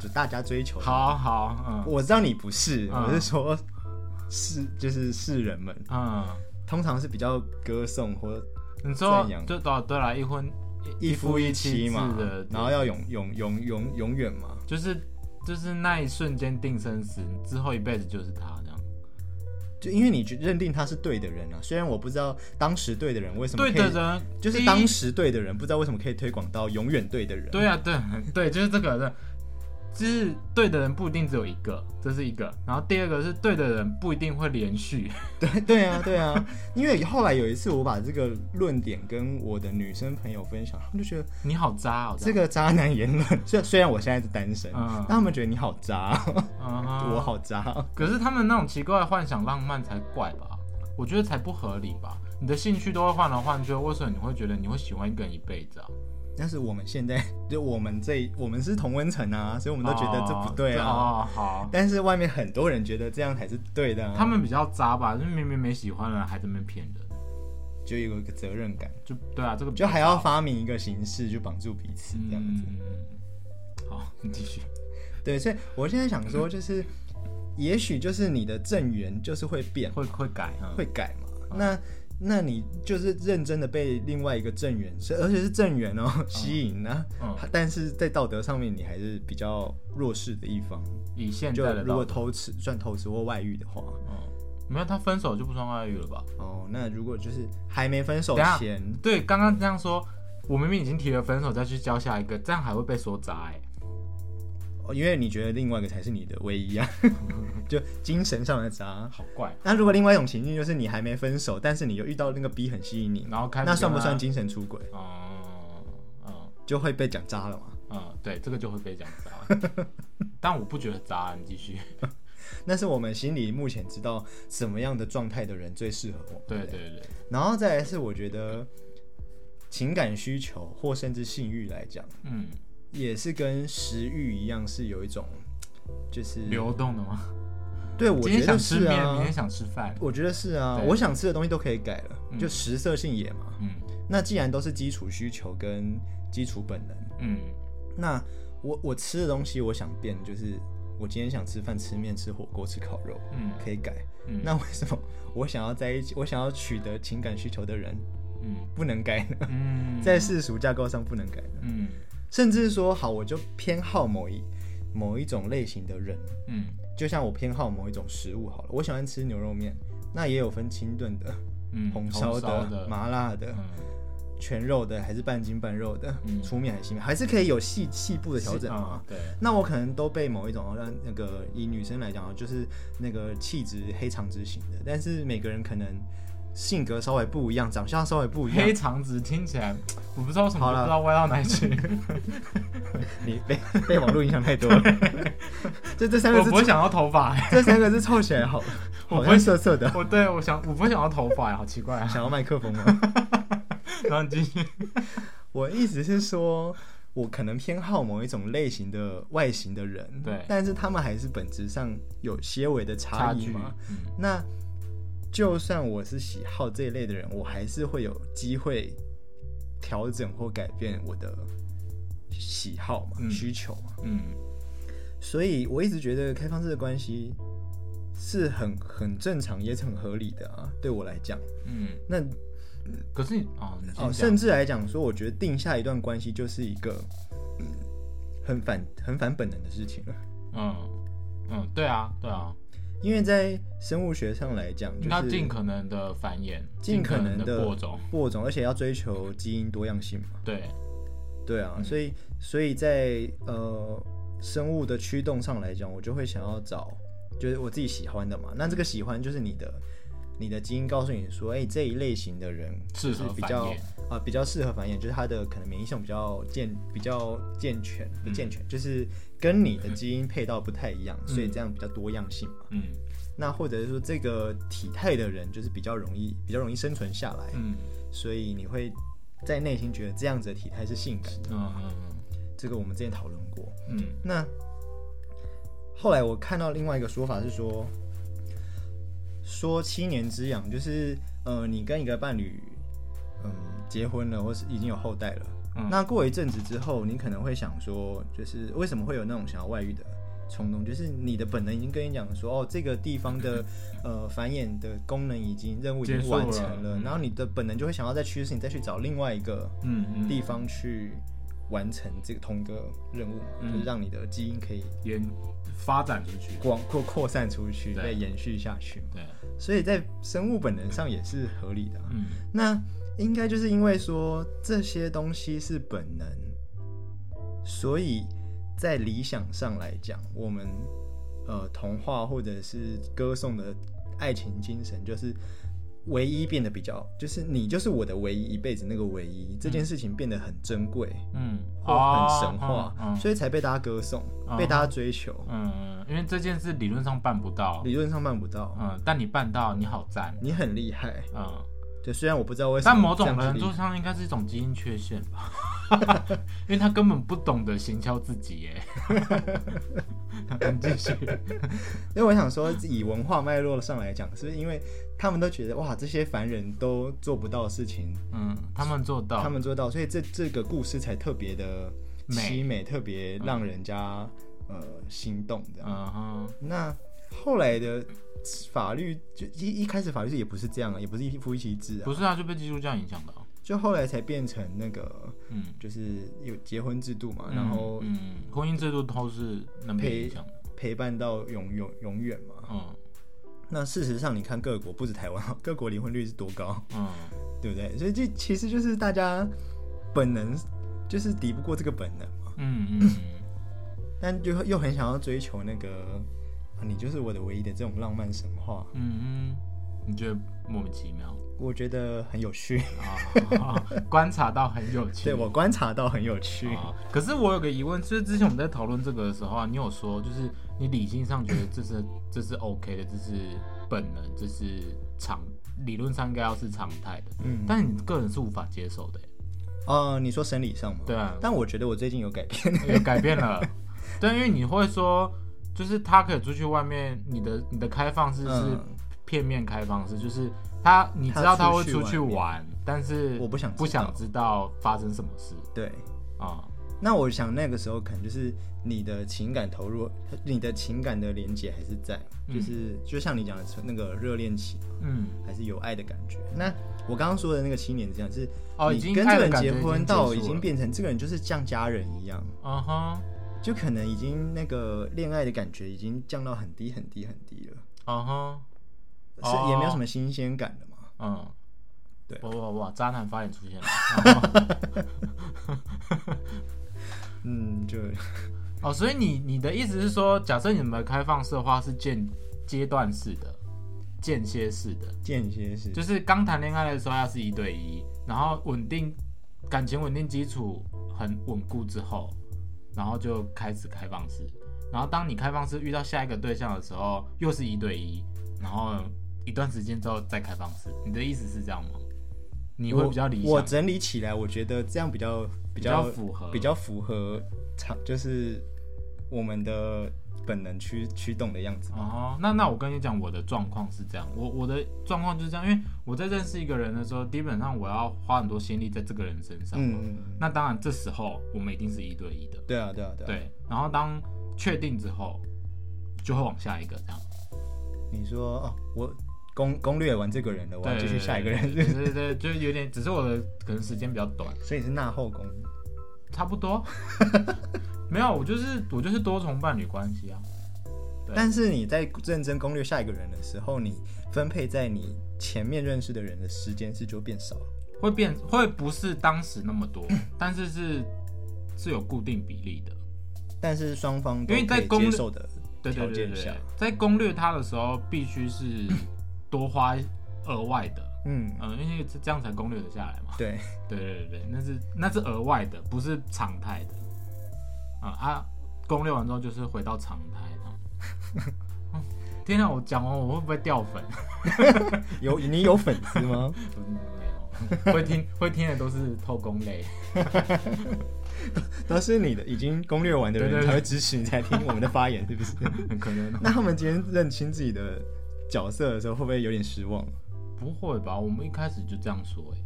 [SPEAKER 1] 就大家追求的
[SPEAKER 2] 好好，嗯
[SPEAKER 1] 我知道你不是，
[SPEAKER 2] 嗯
[SPEAKER 1] 我是说世就是世人们，
[SPEAKER 2] 嗯，
[SPEAKER 1] 通常是比较歌颂或
[SPEAKER 2] 你说
[SPEAKER 1] 赞扬
[SPEAKER 2] 对对对啦，一婚
[SPEAKER 1] 一夫一妻嘛
[SPEAKER 2] 制的，，
[SPEAKER 1] 然后要永永永永永远嘛。
[SPEAKER 2] 就是就是那一瞬间定生死，之后一辈子就是他这样。
[SPEAKER 1] 就因为你觉认定他是对的人啊，虽然我不知道当时对的人为什么可
[SPEAKER 2] 对
[SPEAKER 1] 以，
[SPEAKER 2] 的人
[SPEAKER 1] 就是
[SPEAKER 2] 第一啊
[SPEAKER 1] 当时对的人，不知道为什么可以推广到永远对的人。
[SPEAKER 2] 对啊，对对，就是这个的。就是对的人不一定只有一个，这是一个。然后第二个是对的人不一定会连续，
[SPEAKER 1] 对 对啊，对啊，因为后来有一次我把这个论点跟我的女生朋友分享，他们就觉得
[SPEAKER 2] 你好渣哦，
[SPEAKER 1] 这个渣男言论， 虽虽然我现在是单身，
[SPEAKER 2] 嗯
[SPEAKER 1] 但他们觉得你好渣，
[SPEAKER 2] 啊
[SPEAKER 1] 我。好渣，
[SPEAKER 2] 可是他们那种奇怪的幻想浪漫才怪吧？我觉得才不合理吧？你的兴趣都会换来换去，为什么你会觉得你会喜欢一个人一辈子啊？
[SPEAKER 1] 但是我们现在 就我们这我们是同温层啊，所以我
[SPEAKER 2] 我
[SPEAKER 1] 们都觉得这不对啊。
[SPEAKER 2] 哦，好，
[SPEAKER 1] 但是外面很多人觉得这样才是对的、啊，
[SPEAKER 2] 他们比较渣吧？就是明明没喜欢的人还在那边骗人，
[SPEAKER 1] 就有一个责任感，
[SPEAKER 2] 就对啊，这个比
[SPEAKER 1] 就
[SPEAKER 2] 较
[SPEAKER 1] 还要
[SPEAKER 2] 渣
[SPEAKER 1] 发明一个形式就绑住彼此这样子。
[SPEAKER 2] 嗯、好，你继续。
[SPEAKER 1] 对，所以我现在想说，就是也许就是你的正缘就是会变，
[SPEAKER 2] 会会改，嗯
[SPEAKER 1] 会改嘛。那那你就是认真的被另外一个正缘，是而且是正缘哦吸引呢、
[SPEAKER 2] 嗯，
[SPEAKER 1] 但是在道德上面，你还是比较弱势的一方。
[SPEAKER 2] 以现
[SPEAKER 1] 就
[SPEAKER 2] 在的
[SPEAKER 1] 如
[SPEAKER 2] 道
[SPEAKER 1] 果
[SPEAKER 2] 理，
[SPEAKER 1] 偷吃算偷吃或外遇的话，
[SPEAKER 2] 嗯，没有他分手就不算外遇了吧？
[SPEAKER 1] 哦，那如果就是还没分手
[SPEAKER 2] 等下
[SPEAKER 1] 前，
[SPEAKER 2] 对，刚刚这样说，我明明已经提了分手，再去交下一个，这样还会被说渣哎、
[SPEAKER 1] 哦因为你觉得另外一个才是你的唯一啊， 就精神上的渣。
[SPEAKER 2] 好怪。
[SPEAKER 1] 那如果另外一种情境就是你还没分手，但是你又遇到那个 B 很吸引你，
[SPEAKER 2] 然后开始
[SPEAKER 1] 那算不
[SPEAKER 2] 跟他
[SPEAKER 1] 算？精神出轨？
[SPEAKER 2] 嗯嗯
[SPEAKER 1] 就会被讲渣了嘛？
[SPEAKER 2] 嗯，对，这个就会被讲 渣。但我不觉得渣，你继续。
[SPEAKER 1] 那是我们心里目前知道什么样的状态的人最适合我。
[SPEAKER 2] 对对对，
[SPEAKER 1] 然后再来是我觉得情感需求或甚至性欲来讲，
[SPEAKER 2] 嗯，
[SPEAKER 1] 也是跟食欲一样，是有一种就是
[SPEAKER 2] 流动的吗？
[SPEAKER 1] 对，我
[SPEAKER 2] 今
[SPEAKER 1] 觉
[SPEAKER 2] 天
[SPEAKER 1] 得
[SPEAKER 2] 想吃
[SPEAKER 1] 是
[SPEAKER 2] 面，明
[SPEAKER 1] 啊
[SPEAKER 2] 天，想吃饭。
[SPEAKER 1] 我觉得是啊，
[SPEAKER 2] 对
[SPEAKER 1] 我想吃的东西都可以改了，
[SPEAKER 2] 嗯
[SPEAKER 1] 就食色性也嘛。
[SPEAKER 2] 嗯
[SPEAKER 1] 那既然都是基础需求跟基础本能，
[SPEAKER 2] 嗯，
[SPEAKER 1] 那我我吃的东西我想变，就是我今天想吃饭、吃面、吃火锅、吃烤肉，
[SPEAKER 2] 嗯
[SPEAKER 1] 可以改。
[SPEAKER 2] 嗯
[SPEAKER 1] 那为什么我想要在一起，我想要取得情感需求的人
[SPEAKER 2] 嗯
[SPEAKER 1] 不能改呢？
[SPEAKER 2] 嗯，
[SPEAKER 1] 在世俗架构上不能改呢？
[SPEAKER 2] 嗯
[SPEAKER 1] 甚至说好，我就偏好某一某一种类型的人，
[SPEAKER 2] 嗯
[SPEAKER 1] 就像我偏好某一种食物好了，我喜欢吃牛肉面，那也有分清炖的、
[SPEAKER 2] 嗯，
[SPEAKER 1] 红
[SPEAKER 2] 烧
[SPEAKER 1] 烧的、麻辣的、
[SPEAKER 2] 嗯，
[SPEAKER 1] 全肉的，还是半筋半肉的
[SPEAKER 2] 嗯，
[SPEAKER 1] 粗面还是细面，还是可以有细细部的调整嘛
[SPEAKER 2] 啊。，对，
[SPEAKER 1] 那我可能都被某一种让那个以女生来讲，哦就是那个气质黑长直型的，但是每个人可能性格稍微不一样，长相稍微不一样
[SPEAKER 2] 黑。长直听起来，我不知道为什么，
[SPEAKER 1] 好
[SPEAKER 2] 不
[SPEAKER 1] 了
[SPEAKER 2] 知道歪到哪 里去。
[SPEAKER 1] 你被被网络影响太 多了。这这三个
[SPEAKER 2] 我
[SPEAKER 1] 字
[SPEAKER 2] 不会想到头 发，欸
[SPEAKER 1] 这三个字凑起来好，
[SPEAKER 2] 我
[SPEAKER 1] 好
[SPEAKER 2] 不会
[SPEAKER 1] 像涩涩的。
[SPEAKER 2] 我对我想我不会想到头发，欸好奇怪啊。
[SPEAKER 1] 想要麦克风吗？
[SPEAKER 2] 然后你 继续，
[SPEAKER 1] 我意思是说，我可能偏好某一种类型的外形的人，
[SPEAKER 2] 对
[SPEAKER 1] 但是他们还是本质上有些微的差异嘛。
[SPEAKER 2] 嗯
[SPEAKER 1] 那就算我是喜好这一类的人，我还是会有机会调整或改变我的喜好嘛、
[SPEAKER 2] 嗯
[SPEAKER 1] 需求嘛。
[SPEAKER 2] 嗯
[SPEAKER 1] 所以我一直觉得开放式的关系是很很正常，也是很合理的啊。对我来讲，
[SPEAKER 2] 嗯，
[SPEAKER 1] 那
[SPEAKER 2] 可是你哦，你先
[SPEAKER 1] 哦，
[SPEAKER 2] 讲
[SPEAKER 1] 甚至来讲说，我觉得定下一段关系就是一个、嗯很反很反本能的事情了。
[SPEAKER 2] 嗯嗯，对啊对啊，
[SPEAKER 1] 因为在生物学上来讲，就
[SPEAKER 2] 要
[SPEAKER 1] 是
[SPEAKER 2] 尽可能的繁衍，
[SPEAKER 1] 尽可
[SPEAKER 2] 可
[SPEAKER 1] 能
[SPEAKER 2] 的播种，
[SPEAKER 1] 播种，而且要追求基因多样性嘛。
[SPEAKER 2] 对，
[SPEAKER 1] 对
[SPEAKER 2] 嗯
[SPEAKER 1] 啊，所以所以在呃生物的驱动上来讲，我就会想要找就是我自己喜欢的嘛。那这个
[SPEAKER 2] 嗯
[SPEAKER 1] 喜欢就是你的你的基因告诉你说，哎、这一类型的人
[SPEAKER 2] 适合
[SPEAKER 1] 是比
[SPEAKER 2] 繁
[SPEAKER 1] 较
[SPEAKER 2] 衍
[SPEAKER 1] 啊、比较适合繁衍，就是他的可能免疫系统比较健比较健全，
[SPEAKER 2] 嗯
[SPEAKER 1] 不健全、就是跟你 的基因配到不太一样，所以这样比较多样性嘛。
[SPEAKER 2] 嗯
[SPEAKER 1] 那或者是说这个体态的人就是比较容易比较容易生存下来，
[SPEAKER 2] 嗯
[SPEAKER 1] 所以你会在内心觉得这样子的体态是性感的。
[SPEAKER 2] 嗯嗯
[SPEAKER 1] 这个我们之前讨论过。
[SPEAKER 2] 嗯
[SPEAKER 1] 那后来我看到另外一个说法是说，说七年之痒就是呃，你跟一个伴侣嗯结婚了，或是已经有后代了，
[SPEAKER 2] 嗯
[SPEAKER 1] 那过一阵子之后，你可能会想说，就是为什么会有那种想要外遇的？冲动就是你的本能已经跟你讲说，哦，这个地方 的呃繁衍的功能已经任务已
[SPEAKER 2] 结
[SPEAKER 1] 经
[SPEAKER 2] 束
[SPEAKER 1] 完
[SPEAKER 2] 了
[SPEAKER 1] 成了，
[SPEAKER 2] 嗯
[SPEAKER 1] 然后你的本能就会想要再驱使你再去找另外一个
[SPEAKER 2] 嗯嗯，
[SPEAKER 1] 地方去完成这个同一个任务嘛，
[SPEAKER 2] 嗯
[SPEAKER 1] 就是让你的基因可以
[SPEAKER 2] 延发展出去，
[SPEAKER 1] 广扩扩散出去，
[SPEAKER 2] 对
[SPEAKER 1] 再延续下去嘛。
[SPEAKER 2] 对，
[SPEAKER 1] 所以在生物本能上也是合理的啊、
[SPEAKER 2] 嗯
[SPEAKER 1] 那应该就是因为说这些东西是本能，所以在理想上来讲，我们呃童话或者是歌颂的爱情精神，就是唯一变得比较，就是你就是我的唯一，一辈子那个唯一这件事情变得很珍贵
[SPEAKER 2] 嗯，
[SPEAKER 1] 或很神
[SPEAKER 2] 哦
[SPEAKER 1] 话，
[SPEAKER 2] 嗯
[SPEAKER 1] 所以才被大家歌颂，
[SPEAKER 2] 嗯
[SPEAKER 1] 被大家追求。
[SPEAKER 2] 嗯嗯，因为这件事理论上办不到，
[SPEAKER 1] 理论上办不到，
[SPEAKER 2] 嗯，但你办到，你好赞，
[SPEAKER 1] 你很厉害。
[SPEAKER 2] 嗯，
[SPEAKER 1] 对，虽然我不知道为什么，
[SPEAKER 2] 但某种程度，上应该是一种基因缺陷 吧，因为他根本不懂得行销自 己耶。你继续，
[SPEAKER 1] 因为我想说，以文化脉络上来讲，是不是因为他们都觉得哇，这些凡人都做不到的事情，
[SPEAKER 2] 嗯，他们做到，
[SPEAKER 1] 他们做到，所以这这个故事才特别的凄美，特别让人家、呃心动这样。
[SPEAKER 2] 嗯哼，
[SPEAKER 1] 那后来的法律就一一开始法律也不是这样啊，也不是一夫一妻制啊，
[SPEAKER 2] 不是啊，就被基督教影响的哦、
[SPEAKER 1] 就后来才变成那个
[SPEAKER 2] 嗯，
[SPEAKER 1] 就是有结婚制度嘛，
[SPEAKER 2] 嗯
[SPEAKER 1] 然后
[SPEAKER 2] 嗯，婚姻制度都是能被影响的，
[SPEAKER 1] 陪伴到永永永远嘛。
[SPEAKER 2] 嗯
[SPEAKER 1] 那事实上，你看各国不止台湾， 各国离婚率是多高，
[SPEAKER 2] 嗯
[SPEAKER 1] 对不对？所以这其实就是大家本能，就是敌不过这个本能嘛。
[SPEAKER 2] 嗯嗯嗯，
[SPEAKER 1] 但就又很想要追求那个、啊你就是我的唯一的这种浪漫神话，
[SPEAKER 2] 嗯哼，你觉得莫名其妙
[SPEAKER 1] 我觉得很有 趣。
[SPEAKER 2] 啊？观察到很有趣，
[SPEAKER 1] 对我观察到很有趣，
[SPEAKER 2] 啊。可是我有个疑问，就是之前我们在讨论这个的时候啊，你有说就是你理性上觉得这是这是 OK 的，这是本能，这是常理论上应该要是常态的，
[SPEAKER 1] 嗯，但
[SPEAKER 2] 但你个人是无法接受的耶，
[SPEAKER 1] 呃，你说生理上吗？
[SPEAKER 2] 对啊
[SPEAKER 1] 但我觉得我最近有改变，
[SPEAKER 2] 有欸改变 了，对，因为你会说。就是他可以出去外面，你的你的开放式是
[SPEAKER 1] 嗯
[SPEAKER 2] 片面开放式，就是他你知道他会出去
[SPEAKER 1] 他出去
[SPEAKER 2] 玩，但是
[SPEAKER 1] 我不想知道
[SPEAKER 2] 不想知道发生什么事
[SPEAKER 1] 对。
[SPEAKER 2] 啊、
[SPEAKER 1] 那我想那个时候可能就是你的情感投入，你的情感的连接还是在，就是、就像你讲的那个热恋期，
[SPEAKER 2] 嗯，
[SPEAKER 1] 还是有爱的感觉。那我刚刚说的那个七年之痒是，
[SPEAKER 2] 哦，已
[SPEAKER 1] 你
[SPEAKER 2] 经
[SPEAKER 1] 跟
[SPEAKER 2] 爱
[SPEAKER 1] 这
[SPEAKER 2] 的
[SPEAKER 1] 个人
[SPEAKER 2] 感觉
[SPEAKER 1] 结婚到已
[SPEAKER 2] 结束
[SPEAKER 1] 经
[SPEAKER 2] 了，
[SPEAKER 1] 变成这个人就是像家人一样，
[SPEAKER 2] 嗯哼，
[SPEAKER 1] 就可能已经那个恋爱的感觉已经降到很低很低很低了，
[SPEAKER 2] 嗯哼，哦
[SPEAKER 1] 是也没有什么新鲜感了嘛。
[SPEAKER 2] 嗯，
[SPEAKER 1] 对
[SPEAKER 2] 哇哇哇，渣男发言出现了。
[SPEAKER 1] 嗯，就
[SPEAKER 2] 哦，所以你你的意思是说，假设你们的开放式的话是间阶段式的、间歇式的，
[SPEAKER 1] 间歇是，
[SPEAKER 2] 就是刚谈恋爱的时候要是一对一，然后稳定感情稳定基础很稳固之后，然后就开始开放式，然后当你开放式遇到下一个对象的时候，又是一对一，然后一段时间之后再开放式。你的意思是这样吗？你会比较理想，
[SPEAKER 1] 我我整理起来，我觉得这样比较比
[SPEAKER 2] 比
[SPEAKER 1] 较
[SPEAKER 2] 较符合，
[SPEAKER 1] 比较符合常就是我们的本能驱驱动的样子。
[SPEAKER 2] 哦，那那我跟你讲，我的状况是这样，我我的状况就是这样，因为我在认识一个人的时候，基本上我要花很多心力在这个人身上。
[SPEAKER 1] 嗯，嗯嗯
[SPEAKER 2] 那当然，这时候我们一定是一对一的，
[SPEAKER 1] 对啊，对啊，对啊。
[SPEAKER 2] 对。然后当确定之后，就会往下一个这样。
[SPEAKER 1] 你说哦，我攻攻略完这个人了，我要
[SPEAKER 2] 对
[SPEAKER 1] 继续下一个
[SPEAKER 2] 对
[SPEAKER 1] 人，
[SPEAKER 2] 对对对，就有点，只是我的可能时间比较短，
[SPEAKER 1] 所以是纳后宫。
[SPEAKER 2] 差 不多。没有，我就是我就是多重伴侣关系啊。对
[SPEAKER 1] 但是你在认真攻略下一个人的时候，你分配在你前面认识的人的时间是就变少了。
[SPEAKER 2] 会变会不是当时那么 多，但是是是有固定比例的。
[SPEAKER 1] 但是双方都
[SPEAKER 2] 因为在
[SPEAKER 1] 可以
[SPEAKER 2] 攻略
[SPEAKER 1] 接受的，
[SPEAKER 2] 对对
[SPEAKER 1] 条
[SPEAKER 2] 对
[SPEAKER 1] 件
[SPEAKER 2] 对
[SPEAKER 1] 下
[SPEAKER 2] 对，在攻略它的时候必须是多花额外的，
[SPEAKER 1] 嗯，
[SPEAKER 2] 嗯，因为这这样才攻略得下来嘛。
[SPEAKER 1] 对，
[SPEAKER 2] 对对对对，那是那是额外的，不是常态的。啊、啊，攻略完之后就是回到常态这样。 嗯天啊，我讲完我会不会掉 粉？
[SPEAKER 1] 有你有粉丝吗？
[SPEAKER 2] 没有，会听会听的都是偷工类。
[SPEAKER 1] 都是你的已经攻略完的
[SPEAKER 2] 对
[SPEAKER 1] 人
[SPEAKER 2] 对对
[SPEAKER 1] 才会支持你，才听我们的发言，是不是？
[SPEAKER 2] 很可能哦
[SPEAKER 1] 那他们今天认清自己的角色的时候，会不会有点失望？
[SPEAKER 2] 不会吧？我们一开始就这样说哎、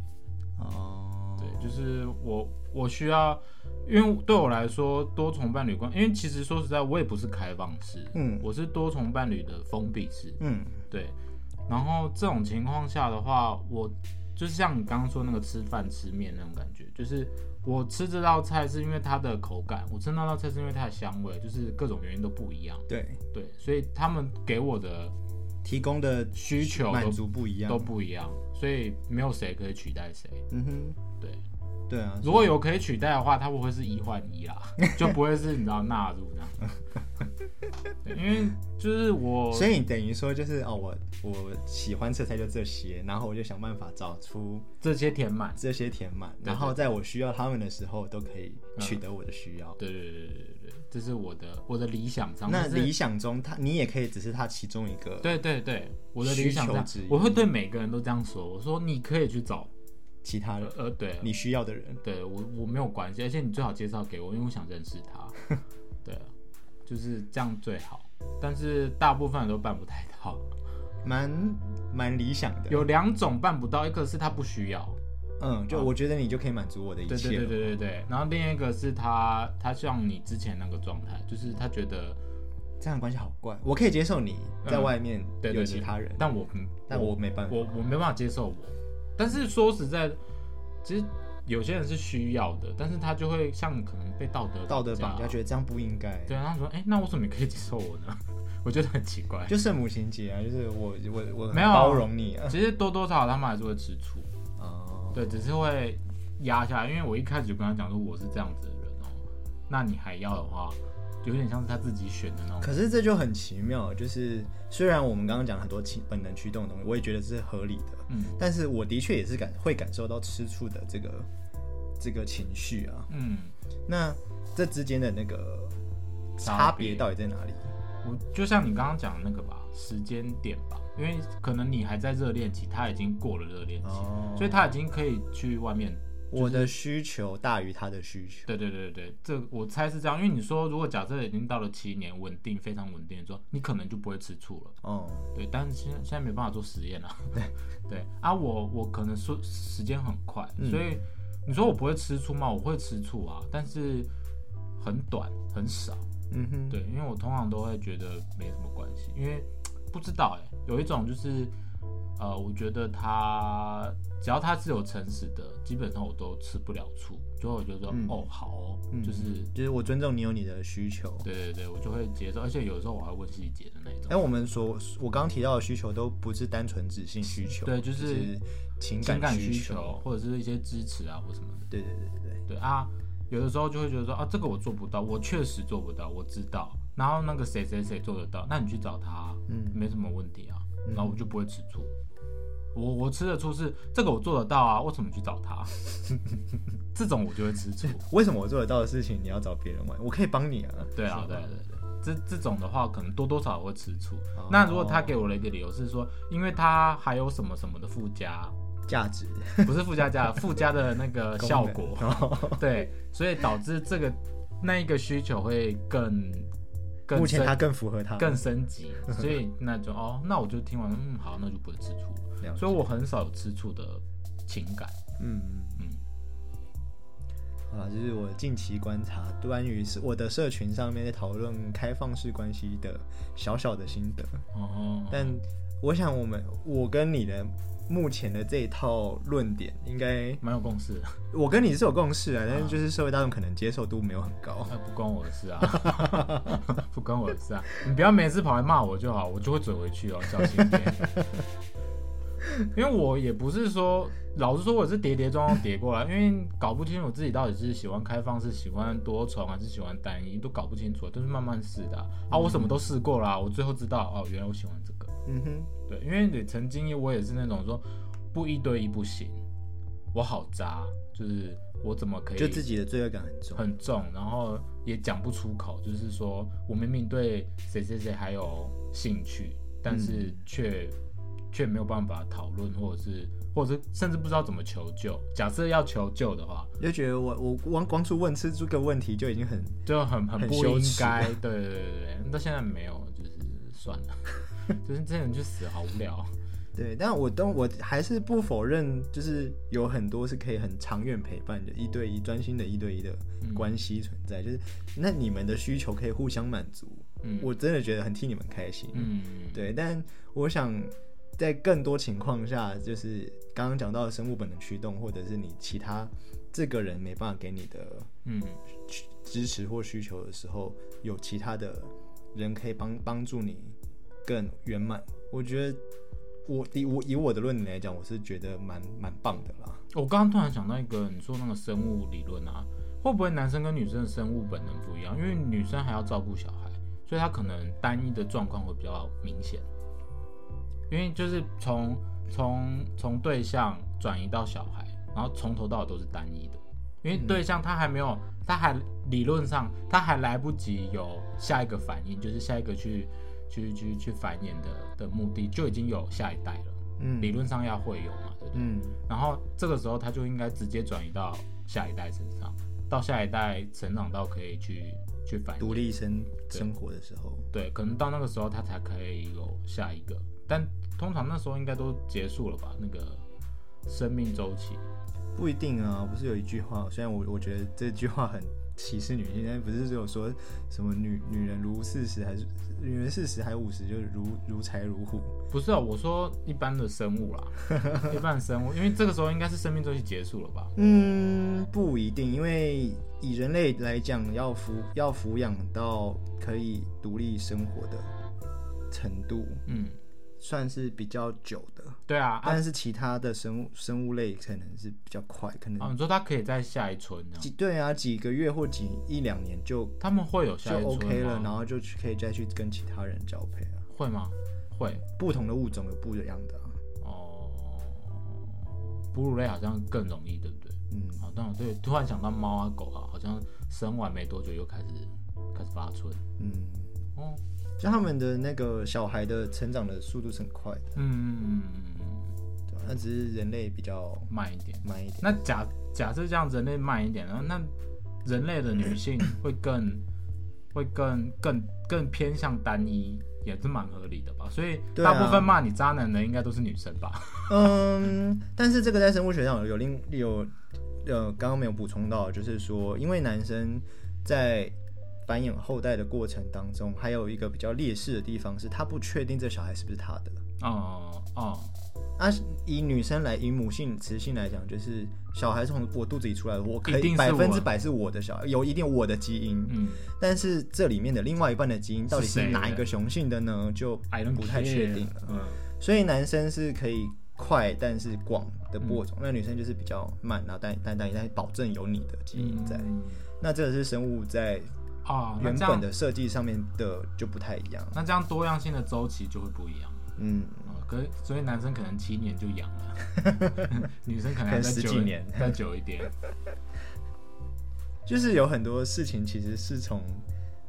[SPEAKER 1] 哦，
[SPEAKER 2] 对，就是我我需要，因为对我来说多重伴侣关，因为其实说实在，我也不是开放式，
[SPEAKER 1] 嗯
[SPEAKER 2] 我是多重伴侣的封闭式，
[SPEAKER 1] 嗯，
[SPEAKER 2] 对。然后这种情况下的话，我就是像你刚刚说那个吃饭吃面那种感觉，就是我吃这道菜是因为它的口感，我吃那道菜是因为它的香味，就是各种原因都不一样，
[SPEAKER 1] 对，
[SPEAKER 2] 对，所以他们给我的
[SPEAKER 1] 提供的
[SPEAKER 2] 需求
[SPEAKER 1] 满
[SPEAKER 2] 都
[SPEAKER 1] 足不一样
[SPEAKER 2] 都。不一样，所以没有谁可以取代谁，
[SPEAKER 1] 嗯哼，
[SPEAKER 2] 对。
[SPEAKER 1] 对啊，
[SPEAKER 2] 如果有可以取代的话，它不会是一换一啦， 就不会是你知道纳入这样。对因为就是我，
[SPEAKER 1] 所以你等于说就是哦，我我喜欢色彩就这些，然后我就想办法找出
[SPEAKER 2] 这些填满。
[SPEAKER 1] 这些填满，
[SPEAKER 2] 对嗯
[SPEAKER 1] 然后在我需要他们的时候都可以取得我的需要。
[SPEAKER 2] 对对对对对对，这是我的我的理想上。
[SPEAKER 1] 那
[SPEAKER 2] 但是
[SPEAKER 1] 理想中他你也可以只是他其中一个
[SPEAKER 2] 对对对，我的理想
[SPEAKER 1] 需求
[SPEAKER 2] 上
[SPEAKER 1] 之一，
[SPEAKER 2] 我会对每个人都这样说。我说你可以去找，
[SPEAKER 1] 其他
[SPEAKER 2] 呃
[SPEAKER 1] 人
[SPEAKER 2] 呃，对，
[SPEAKER 1] 你需要的人。
[SPEAKER 2] 对我我没有关系，而且你最好介绍给我，因为我想认识他。 对，啊就是这样最好。但是大部分人都办不太到，
[SPEAKER 1] 蛮蛮理想的。
[SPEAKER 2] 有两种办不到，一个是他不需要，
[SPEAKER 1] 嗯，就我觉得你就可以满足我的一
[SPEAKER 2] 啊对
[SPEAKER 1] 切。
[SPEAKER 2] 对对对对对，然后另一个是他他像你之前那个状态，就是他觉得，
[SPEAKER 1] 这样的关系好怪。我可以接受你在外面
[SPEAKER 2] 嗯对对
[SPEAKER 1] 有
[SPEAKER 2] 对
[SPEAKER 1] 其他人，
[SPEAKER 2] 但我嗯
[SPEAKER 1] 但我没办法。
[SPEAKER 2] 我我没办法接受我。但是说实在，其实有些人是需要的，但是他就会像可能被道德
[SPEAKER 1] 道德绑架，觉
[SPEAKER 2] 对
[SPEAKER 1] 得这样不应该。
[SPEAKER 2] 对，他说，哎、那为什么你可以接受我呢？ 我觉得很奇怪。
[SPEAKER 1] 就圣母情节啊，就是我我我很
[SPEAKER 2] 没有啊
[SPEAKER 1] 包容你啊。
[SPEAKER 2] 其实多多少少他们还是会吃醋，
[SPEAKER 1] 哦，
[SPEAKER 2] 对，只是会压下来。因为我一开始就跟他讲说我是这样子的人哦、那你还要的话，有点像是他自己选的那种。
[SPEAKER 1] 可是这就很奇妙，就是虽然我们刚刚讲了很多情本能驱动的东西，我也觉得是合理的，
[SPEAKER 2] 嗯
[SPEAKER 1] 但是我的确也是感会感受到吃醋的这个这个情绪啊。
[SPEAKER 2] 嗯，
[SPEAKER 1] 那这之间的那个差
[SPEAKER 2] 差别
[SPEAKER 1] 别到底在哪里？
[SPEAKER 2] 我就像你刚刚讲的那个吧，时间点吧，因为可能你还在热恋期，他已经过了热恋期，
[SPEAKER 1] 哦
[SPEAKER 2] 所以他已经可以去外面。
[SPEAKER 1] 我的需求大于他的需求。
[SPEAKER 2] 对对对对，这我猜是这样，因为你说如果假设已经到了七年稳定非常稳定的时候，你可能就不会吃醋了。
[SPEAKER 1] 哦、
[SPEAKER 2] 对，但是现在现在没办法做实验了。对 对啊，我我可能说时间很快，
[SPEAKER 1] 嗯
[SPEAKER 2] 所以你说我不会吃醋吗？我会吃醋啊，但是很短很少。
[SPEAKER 1] 嗯哼，
[SPEAKER 2] 对，因为我通常都会觉得没什么关系，因为不知道哎、有一种就是呃，我觉得他只要他是有诚实的，基本上我都吃不了醋，最后我就说、
[SPEAKER 1] 嗯
[SPEAKER 2] 哦好哦，
[SPEAKER 1] 嗯
[SPEAKER 2] 就是
[SPEAKER 1] 就是我尊重你有你的需求。
[SPEAKER 2] 对对对，我就会接受，而且有时候我还问细节的那种。
[SPEAKER 1] 但我们所我刚提到的需求都不是单纯指性需求，
[SPEAKER 2] 对就是是
[SPEAKER 1] 情
[SPEAKER 2] 情感
[SPEAKER 1] 需
[SPEAKER 2] 需求或者是一些支持啊或什么的，
[SPEAKER 1] 对对对对对，
[SPEAKER 2] 对啊，有的时候就会觉得说啊，这个我做不到，我确实做不到，我知道。然后那个谁谁谁做得到，那你去找他啊，
[SPEAKER 1] 嗯
[SPEAKER 2] 没什么问题啊。然后我就不会吃醋。我我吃的醋是这个我做得到啊，为什么去找 他？这种我就会吃醋。
[SPEAKER 1] 为什么我做得到的事情你要找别人玩？我可以帮你啊。
[SPEAKER 2] 对啊，对啊对啊对啊，这这种的话可能多多少少会吃醋。
[SPEAKER 1] 哦
[SPEAKER 2] 那如果他给我了一个理由是说，因为他还有什么什么的附 加，
[SPEAKER 1] 价值
[SPEAKER 2] 不是附加价，附加的那个呃效 果。
[SPEAKER 1] 果。
[SPEAKER 2] 对，所以导致这个那一个需求会更
[SPEAKER 1] 目
[SPEAKER 2] 更
[SPEAKER 1] 前它
[SPEAKER 2] 升
[SPEAKER 1] 更符合它。
[SPEAKER 2] 更 升级，所以那就哦，那我就听完，嗯，好，那就不会吃醋。
[SPEAKER 1] 了解
[SPEAKER 2] 所以我很少有吃醋的情感，
[SPEAKER 1] 嗯嗯
[SPEAKER 2] 嗯，
[SPEAKER 1] 啊，就是我近期观察关于是我的社群上面在讨论开放式关系的小小的心得。
[SPEAKER 2] 哦，
[SPEAKER 1] 但我想我们我跟你的目前的这一套论点，应该
[SPEAKER 2] 蛮有共识 的，
[SPEAKER 1] 我跟你是有共识啊，但是就是社会大众可能接受度没有很高。
[SPEAKER 2] 那不关我的事 啊，不关我的事啊，你不要每次跑来骂我就好，我就会嘴回去哦，小心 一点。因为我也不是说，老实说，我是跌跌撞撞跌过来，因为搞不清楚自己到底是喜欢开放式、喜欢多重还是喜欢单一，都搞不清楚，都是慢慢试的啊。啊我什么都试过啦，我最后知道哦，原来我喜欢这个。
[SPEAKER 1] 嗯哼，
[SPEAKER 2] 对，因为你曾经我也是那种说不一对一不行，我好渣，就是我怎么可以
[SPEAKER 1] 就自己的罪恶感很重。
[SPEAKER 2] 很重，然后也讲不出口，就是说我明明对谁谁谁还有兴趣，但
[SPEAKER 1] 嗯
[SPEAKER 2] 是却、却没有办法讨论，或者是或者是甚至不知道怎么求救。假设要求救的话，
[SPEAKER 1] 就觉得我我光光是问出这个问题就已经很
[SPEAKER 2] 就很很
[SPEAKER 1] 很
[SPEAKER 2] 不
[SPEAKER 1] 羞
[SPEAKER 2] 应
[SPEAKER 1] 耻啊
[SPEAKER 2] 该。对对对对对，到现在没有，就是算了， 就是这人去死好无聊。
[SPEAKER 1] 对，但我都我还是不否认，就是有很多是可以很长远陪伴的一对一专心的一对一的关系存在，就是那你们的需求可以互相满足，
[SPEAKER 2] 嗯
[SPEAKER 1] 我真的觉得很替你们开心。
[SPEAKER 2] 嗯，
[SPEAKER 1] 对，但我想在更多情况下，就是刚刚讲到的生物本能驱动，或者是你其他这个人没办法给你的
[SPEAKER 2] 嗯
[SPEAKER 1] 需支持或需求的时候，有其他的人可以帮帮助你更圆满。我觉得我以我以我的论点来讲，我是觉得蛮蛮棒的啦。
[SPEAKER 2] 我刚刚突然想到一个，你说那个生物理论啊，会不会男生跟女生的生物本能不一样？因为女生还要照顾小孩，所以她可能单一的状况会比较明显。因为就是从从从对象转移到小孩，然后从头到尾都是单一的。因为对象他还没有，他还理论上他还来不及有下一个反应，就是下一个去去去去繁衍的的目的就已经有下一代了。
[SPEAKER 1] 嗯
[SPEAKER 2] 理论上要会有嘛，对不对？
[SPEAKER 1] 嗯
[SPEAKER 2] 然后这个时候他就应该直接转移到下一代身上，到下一代成长到可以去去反
[SPEAKER 1] 独立生
[SPEAKER 2] 对
[SPEAKER 1] 生活的时候，
[SPEAKER 2] 对，可能到那个时候他才可以有下一个，但通常那时候应该都结束了吧？那个生命周期，
[SPEAKER 1] 不一定啊，不是有一句话，虽然我我觉得这句话很歧视女性，但不是只有说什么女女人如四十还是女人四十还五十就是如如财如虎，
[SPEAKER 2] 不是啊、我说一般的生 物啦，一般的生物，因为这个时候应该是生命周期结束了吧？
[SPEAKER 1] 嗯，不一定，因为以人类来讲，要抚要抚养到可以独立生活的程度，
[SPEAKER 2] 嗯，
[SPEAKER 1] 算是比较久的。
[SPEAKER 2] 对啊，啊
[SPEAKER 1] 但是其他的生物生物类可能是比较快，可
[SPEAKER 2] 啊，
[SPEAKER 1] 能
[SPEAKER 2] 你说他可以在下一村呢、
[SPEAKER 1] 几对啊几个月或几一两年就
[SPEAKER 2] 他们会有
[SPEAKER 1] 就
[SPEAKER 2] 下一村
[SPEAKER 1] OK 了，然
[SPEAKER 2] 吗？
[SPEAKER 1] 后就去可以再去跟其他人交配啊。
[SPEAKER 2] 会吗？会
[SPEAKER 1] 不同的物种有不一样的、啊，
[SPEAKER 2] 哦，哺乳类好像更容易，对不对？
[SPEAKER 1] 嗯，
[SPEAKER 2] 好，但我对突然想到猫啊狗啊，好像生完没多久又开始开始发春。
[SPEAKER 1] 嗯，
[SPEAKER 2] 哦，
[SPEAKER 1] 就他们的那个小孩的成长的速度是很快的，
[SPEAKER 2] 嗯嗯嗯嗯，
[SPEAKER 1] 对吧、那只是人类比较
[SPEAKER 2] 慢一点。
[SPEAKER 1] 慢一点。
[SPEAKER 2] 那假假设这样人类慢一点，然后那人类的女性会更 会更更更偏向单一，也是蛮合理的吧？所以
[SPEAKER 1] 对啊
[SPEAKER 2] 大部分骂你渣男的应该都是女生吧？
[SPEAKER 1] 嗯，但是这个在生物学上有有另有呃，刚刚没有补充到，就是说，因为男生在繁衍后代的过程当中，还有一个比较劣势的地方是，他不确定这小孩是不是他的。
[SPEAKER 2] 哦哦，
[SPEAKER 1] 啊，以女生来，以母性、雌性来讲，就是小孩从我肚子里出来的，我可
[SPEAKER 2] 一定
[SPEAKER 1] 以
[SPEAKER 2] 是
[SPEAKER 1] 百分
[SPEAKER 2] 我
[SPEAKER 1] 之百是我的小孩，有一定我的基因。
[SPEAKER 2] 嗯
[SPEAKER 1] 但是这里面的另外一半的基因到底
[SPEAKER 2] 是
[SPEAKER 1] 是
[SPEAKER 2] 谁
[SPEAKER 1] 哪一
[SPEAKER 2] 的
[SPEAKER 1] 个雄性的呢？就
[SPEAKER 2] ，I don't
[SPEAKER 1] 不太确
[SPEAKER 2] care
[SPEAKER 1] 定了。
[SPEAKER 2] 嗯。
[SPEAKER 1] 所以男生是可以快但是广的
[SPEAKER 2] 嗯
[SPEAKER 1] 播种，那女生就是比较慢，然后但但但但保证有你的基因在。
[SPEAKER 2] 嗯
[SPEAKER 1] 那这个是生物在
[SPEAKER 2] 哦，那
[SPEAKER 1] 原
[SPEAKER 2] 这
[SPEAKER 1] 本
[SPEAKER 2] 样
[SPEAKER 1] 的设计上面的就不太一样。
[SPEAKER 2] 那这样多样性的周期就会不一样。
[SPEAKER 1] 嗯，
[SPEAKER 2] 哦，可是所以男生可能七年就养了， 女生可能
[SPEAKER 1] 可能
[SPEAKER 2] 要再
[SPEAKER 1] 十
[SPEAKER 2] 久
[SPEAKER 1] 几
[SPEAKER 2] 一
[SPEAKER 1] 年
[SPEAKER 2] 再久一点。
[SPEAKER 1] 就是有很多事情其实是从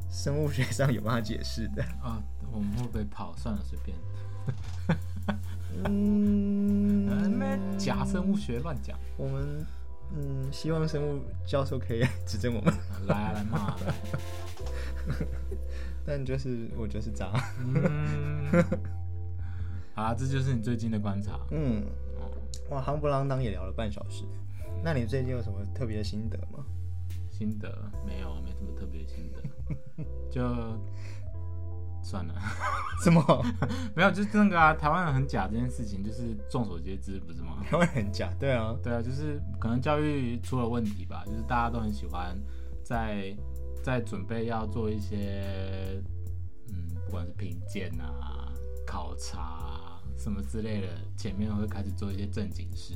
[SPEAKER 1] 生物学上有办法解释的。
[SPEAKER 2] 啊，我们会不会跑？算了，随便。 呃
[SPEAKER 1] 嗯，
[SPEAKER 2] 那假生物学乱讲、
[SPEAKER 1] 我们嗯希望生物教授可以 指正我们，
[SPEAKER 2] 啊来啊来嘛、来
[SPEAKER 1] 但就是我就是渣。
[SPEAKER 2] 嗯， 好啦，这就是你最近的观察。
[SPEAKER 1] 嗯，
[SPEAKER 2] 哦，
[SPEAKER 1] 哇，夯不啷当也聊了半小时。那你最近有什么特别的心得吗？
[SPEAKER 2] 心得没有，没什么特别的心得，就算了。
[SPEAKER 1] 什么？
[SPEAKER 2] 没有，就是那个啊，台湾人很假这件事情，就是众所皆知，不是吗？
[SPEAKER 1] 台湾人很假，对啊，
[SPEAKER 2] 对啊，就是可能教育出了问题吧，就是大家都很喜欢在在准备要做一些，嗯，不管是评鉴啊、考察、啊、什么之类的，前面会开始做一些正经事，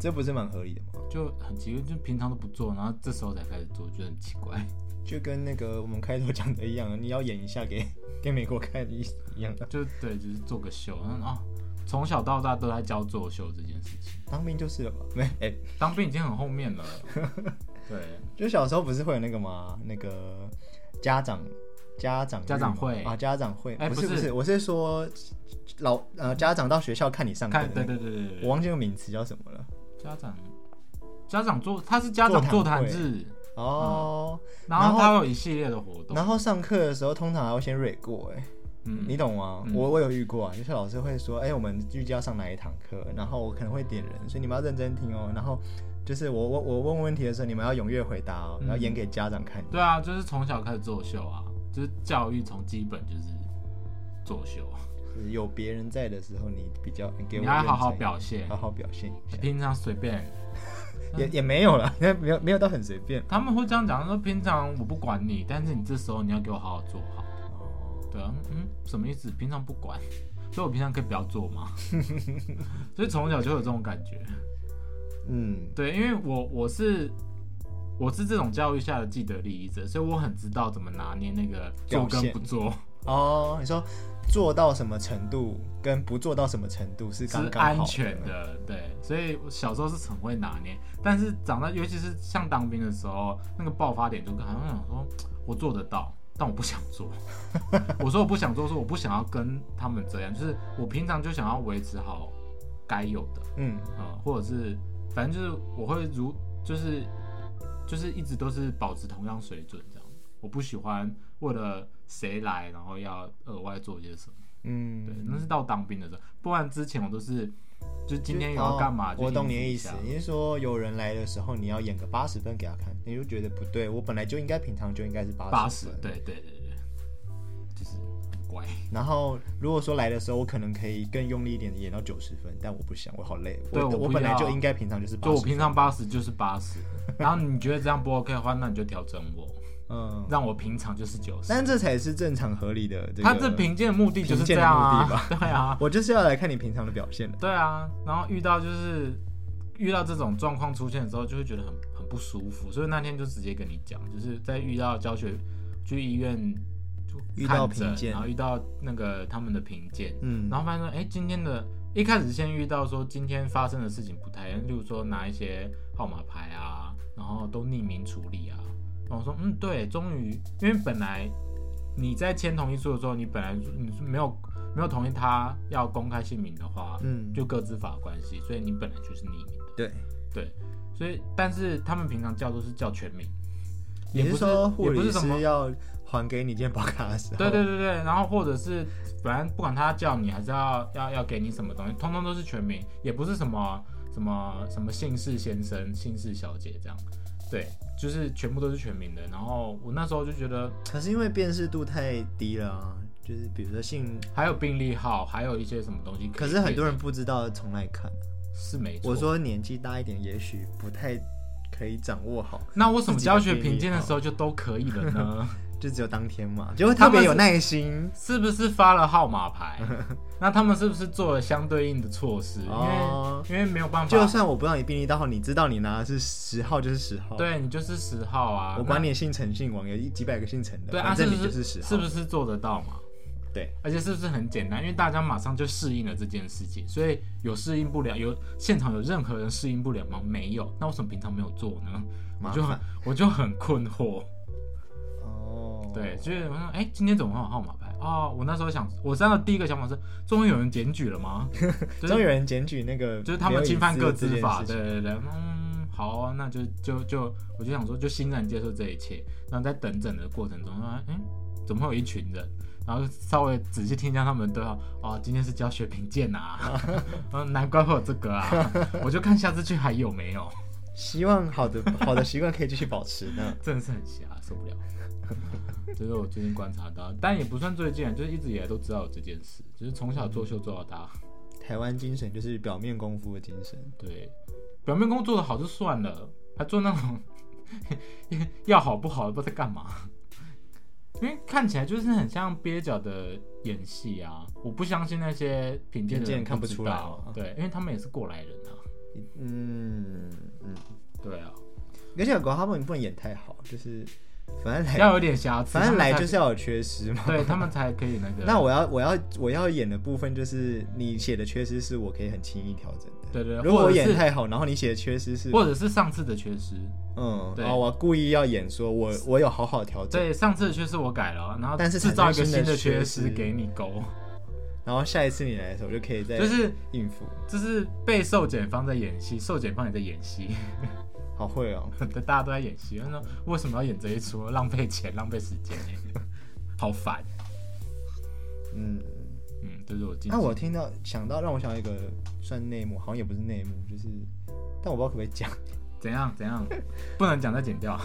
[SPEAKER 1] 这不是蛮合理的吗？
[SPEAKER 2] 就很奇怪，就平常都不做，然后这时候才开始做，就很奇怪。
[SPEAKER 1] 就跟那个我们开头讲的一样，啊你要演一下给 给美国看一一样啊的。
[SPEAKER 2] 就对，就是做个秀，然后哦，从小到大都在教作秀这件事情，
[SPEAKER 1] 当兵就是了吧？ 没，哎、
[SPEAKER 2] 当兵已经很后面了。对，
[SPEAKER 1] 就小时候不是会有那个吗？那个家长家长日
[SPEAKER 2] 家长
[SPEAKER 1] 吗
[SPEAKER 2] 会
[SPEAKER 1] 啊，家长会，
[SPEAKER 2] 哎
[SPEAKER 1] 不
[SPEAKER 2] 不
[SPEAKER 1] 是
[SPEAKER 2] 是
[SPEAKER 1] 不是，我是说老呃家长到学校看你上课、那
[SPEAKER 2] 看，
[SPEAKER 1] 个，
[SPEAKER 2] 对对对对对，
[SPEAKER 1] 我忘记那个名词叫什么了。
[SPEAKER 2] 家长，家长座，他是家长座
[SPEAKER 1] 座
[SPEAKER 2] 谈
[SPEAKER 1] 谈会
[SPEAKER 2] 制，
[SPEAKER 1] 哦，
[SPEAKER 2] 然
[SPEAKER 1] 然
[SPEAKER 2] 后
[SPEAKER 1] 后
[SPEAKER 2] 他会有一系列的活动。
[SPEAKER 1] 然后上课的时候通常还要先蕊过、哎。
[SPEAKER 2] 嗯，
[SPEAKER 1] 你懂吗？
[SPEAKER 2] 嗯
[SPEAKER 1] 我我有遇过啊，就是老师会说，哎、我们预计要上哪一堂课，然后我可能会点人，所以你们要认真听哦。然后就是我我我问问题的时候，你们要踊跃回答哦，
[SPEAKER 2] 嗯
[SPEAKER 1] 然后演给家长看。
[SPEAKER 2] 对啊，就是从小开始作秀啊，就是教育从基本就是作秀，
[SPEAKER 1] 就是有别人在的时候，你比较你给我
[SPEAKER 2] 你要
[SPEAKER 1] 认真
[SPEAKER 2] 好好
[SPEAKER 1] 一
[SPEAKER 2] 表
[SPEAKER 1] 点
[SPEAKER 2] 现哎
[SPEAKER 1] 好，好表现一下，
[SPEAKER 2] 平常随便。
[SPEAKER 1] 也也没有了，因为没有没有到很随便。
[SPEAKER 2] 他们会这样讲，说平常我不管你，但是你这时候你要给我好好做好。
[SPEAKER 1] 哦，
[SPEAKER 2] 对啊，嗯，什么意思？平常不管，所以我平常可以不要 做嘛。所以从小就有这种感觉，
[SPEAKER 1] 嗯
[SPEAKER 2] 对，因为我我是我是这种教育下的既得利益者，所以我很知道怎么拿捏那个做
[SPEAKER 1] 表现
[SPEAKER 2] 跟不做
[SPEAKER 1] 哦，你说做到什么程度跟不做到什么程度是
[SPEAKER 2] 是
[SPEAKER 1] 刚刚好
[SPEAKER 2] 安全的，对，所以我小时候是很会拿捏，但是长大，尤其是像当兵的时候，那个爆发点就好像想说，我做得到，但我不想 做。我说我不想做，是我不想要跟他们这样，就是我平常就想要维持好该有的，
[SPEAKER 1] 嗯
[SPEAKER 2] 呃，或者是反正就是我会如就是就是一直都是保持同样水准这样，我不喜欢为了谁来，然后要额外做些什么。对，
[SPEAKER 1] 嗯，
[SPEAKER 2] 那是到当兵的时候，不然之前我都是，就是今天有要干嘛
[SPEAKER 1] 哦
[SPEAKER 2] 就
[SPEAKER 1] 我懂你
[SPEAKER 2] 应
[SPEAKER 1] 的
[SPEAKER 2] 付一
[SPEAKER 1] 意思
[SPEAKER 2] 下，
[SPEAKER 1] 你是说有人来的时候，你要演个八十分给他看，你就觉得不对，我本来就应该平常就应该是
[SPEAKER 2] 八
[SPEAKER 1] 八
[SPEAKER 2] 十，
[SPEAKER 1] 分。
[SPEAKER 2] 对对对对，就是很乖，
[SPEAKER 1] 然后如果说来的时候，我可能可以更用力一点，演到九十分，但我不想，我好累，
[SPEAKER 2] 对
[SPEAKER 1] 我
[SPEAKER 2] 我不
[SPEAKER 1] 本来
[SPEAKER 2] 要
[SPEAKER 1] 就应该平常就是八
[SPEAKER 2] 就
[SPEAKER 1] 十。
[SPEAKER 2] 我平常八十就是八十， 然后你觉得这样不 OK 的话，那你就调整我，
[SPEAKER 1] 嗯，
[SPEAKER 2] 让我平常就是九十。
[SPEAKER 1] 但这才是正常合理的、这个。
[SPEAKER 2] 他这评鉴的目的就是这样
[SPEAKER 1] 评鉴的
[SPEAKER 2] 啊， 对啊，
[SPEAKER 1] 我就是要来看你平常的表现的。
[SPEAKER 2] 对啊，然后遇到就是遇到这种状况出现的时候，就会觉得很很不舒服，所以那天就直接跟你讲，就是在遇到教学去医院就
[SPEAKER 1] 遇
[SPEAKER 2] 看
[SPEAKER 1] 到
[SPEAKER 2] 诊
[SPEAKER 1] 评鉴
[SPEAKER 2] 然后遇到那个他们的评鉴，
[SPEAKER 1] 嗯，
[SPEAKER 2] 然后发现说，哎、今天的一开始先遇到说今天发生的事情不太一样，例如说拿一些号码牌啊，然后都匿名处理啊。然后我说，嗯，对，终于，因为本来你在签同意书的时候，你本来你是没有没有同意他要公开姓名的话，
[SPEAKER 1] 嗯，
[SPEAKER 2] 就各自法关系，所以你本来就是匿名的。
[SPEAKER 1] 对，
[SPEAKER 2] 对，所以但是他们平常叫都是叫全名，也
[SPEAKER 1] 你
[SPEAKER 2] 不
[SPEAKER 1] 是说护
[SPEAKER 2] 也不
[SPEAKER 1] 理
[SPEAKER 2] 是什么
[SPEAKER 1] 师要还给你健保卡的时候，
[SPEAKER 2] 对对对对，然后或者是反正不管他叫你还是要要要给你什么东西，通通都是全名，也不是什么什么什么姓氏先生、姓氏小姐这样，对，就是全部都是全名的。然后我那时候就觉得
[SPEAKER 1] 可是因为辨识度太低了啊，就是比如说姓，
[SPEAKER 2] 还有病历号，还有一些什么东西以，
[SPEAKER 1] 可是很多人不知道从哪里看。
[SPEAKER 2] 是没错。
[SPEAKER 1] 我说年纪大一点，也许不太可以掌握好，
[SPEAKER 2] 那为什么
[SPEAKER 1] 自己的
[SPEAKER 2] 教学
[SPEAKER 1] 病历
[SPEAKER 2] 评鉴的
[SPEAKER 1] 号
[SPEAKER 2] 时候就都可以了呢？
[SPEAKER 1] 就只有当天嘛，就会
[SPEAKER 2] 他
[SPEAKER 1] 特
[SPEAKER 2] 们
[SPEAKER 1] 别有
[SPEAKER 2] 是
[SPEAKER 1] 耐心。
[SPEAKER 2] 是不是发了号码 牌？那他们是不是做了相对应的措施？
[SPEAKER 1] 哦
[SPEAKER 2] 因为因为没有办法，
[SPEAKER 1] 就算我不让你病历到号，你知道你拿的是十号就是十号。，
[SPEAKER 2] 对你就是十号啊，
[SPEAKER 1] 我
[SPEAKER 2] 那
[SPEAKER 1] 管你姓陈姓王，有一几百个姓陈的，
[SPEAKER 2] 对啊，
[SPEAKER 1] 反
[SPEAKER 2] 是
[SPEAKER 1] 正
[SPEAKER 2] 不
[SPEAKER 1] 你就是是十号。
[SPEAKER 2] 是不是做得到嘛？
[SPEAKER 1] 对，
[SPEAKER 2] 而且是不是很简单？因为大家马上就适应了这件事情，所以有适应不了，有现场有任何人适应不了吗？没有，那为什么平常没有做呢？我
[SPEAKER 1] 麻
[SPEAKER 2] 就很
[SPEAKER 1] 烦
[SPEAKER 2] 我就很困惑。
[SPEAKER 1] 哦，
[SPEAKER 2] 对，就是我说，哎、今天怎么会有号码牌？哦，我那时候想，我真的第一个想法是，终于有人检举 了吗？就是
[SPEAKER 1] 终于有人检举那个，
[SPEAKER 2] 就是他们侵犯各自法，
[SPEAKER 1] 的
[SPEAKER 2] 对
[SPEAKER 1] 这件事情。
[SPEAKER 2] 对对，嗯，好啊、那就就就，我就想说，就欣然接受这一切。然后在等诊的过程中，说，嗯，怎么会有一群人？然后稍微仔细听一下他们的对话，哦，今天是教学评鉴啊， 嗯，难怪会有这个啊，我就看下次去还有没有，
[SPEAKER 1] 希望好的 好的习惯可以继续保持呢。
[SPEAKER 2] 真的是很瞎，受不了。这是我最近观察到，但也不算最近，啊就是一直以来都知道有这件事，就是从小做秀做到大。
[SPEAKER 1] 台湾精神就是表面功夫的精神，
[SPEAKER 2] 对，表面工作做的好就算了，还做那种 要好不好的不知道在干嘛，因为看起来就是很像蹩脚的演戏啊！我不相信那些品鉴
[SPEAKER 1] 评
[SPEAKER 2] 的
[SPEAKER 1] 鉴
[SPEAKER 2] 人
[SPEAKER 1] 看
[SPEAKER 2] 不
[SPEAKER 1] 不
[SPEAKER 2] 知
[SPEAKER 1] 出来哦
[SPEAKER 2] 道
[SPEAKER 1] 嘛
[SPEAKER 2] 对，因为他们也是过来人啊，
[SPEAKER 1] 嗯嗯，
[SPEAKER 2] 对啊，
[SPEAKER 1] 而且狗他们不能演太好，就是反正来
[SPEAKER 2] 啊要有点瑕疵，
[SPEAKER 1] 反正来就是是要有缺失嘛。
[SPEAKER 2] 对啊他们才可以那个。
[SPEAKER 1] 那我要我要我要演的部分就是你写的缺失是我可以很轻易调整的。
[SPEAKER 2] 对对，
[SPEAKER 1] 如果我
[SPEAKER 2] 或者
[SPEAKER 1] 演
[SPEAKER 2] 是
[SPEAKER 1] 太好，然后你写的缺失是，
[SPEAKER 2] 或者是上次的缺失，
[SPEAKER 1] 嗯，
[SPEAKER 2] 对
[SPEAKER 1] 然后我故意要演说我我有好好调整，
[SPEAKER 2] 对，上次的缺失我改了，然后
[SPEAKER 1] 但是
[SPEAKER 2] 制
[SPEAKER 1] 产
[SPEAKER 2] 造一
[SPEAKER 1] 生
[SPEAKER 2] 个
[SPEAKER 1] 新的
[SPEAKER 2] 的
[SPEAKER 1] 缺
[SPEAKER 2] 缺
[SPEAKER 1] 失
[SPEAKER 2] 失给你勾，
[SPEAKER 1] 然后下一次你来的时候我就可以再
[SPEAKER 2] 就是
[SPEAKER 1] 应付。
[SPEAKER 2] 就是被受检方在演戏，受检方也在演戏。
[SPEAKER 1] 好会哦，
[SPEAKER 2] 对， 大家都在演戏。他说为什么要演这一出？浪费钱，浪费时间、欸，好烦。
[SPEAKER 1] 嗯，
[SPEAKER 2] 嗯，这、就是我近期。
[SPEAKER 1] 那我听到想到让我想到一个算内幕，好像也不是内幕，就是但我不知道可不可以讲，
[SPEAKER 2] 怎样怎样，不能讲再剪掉。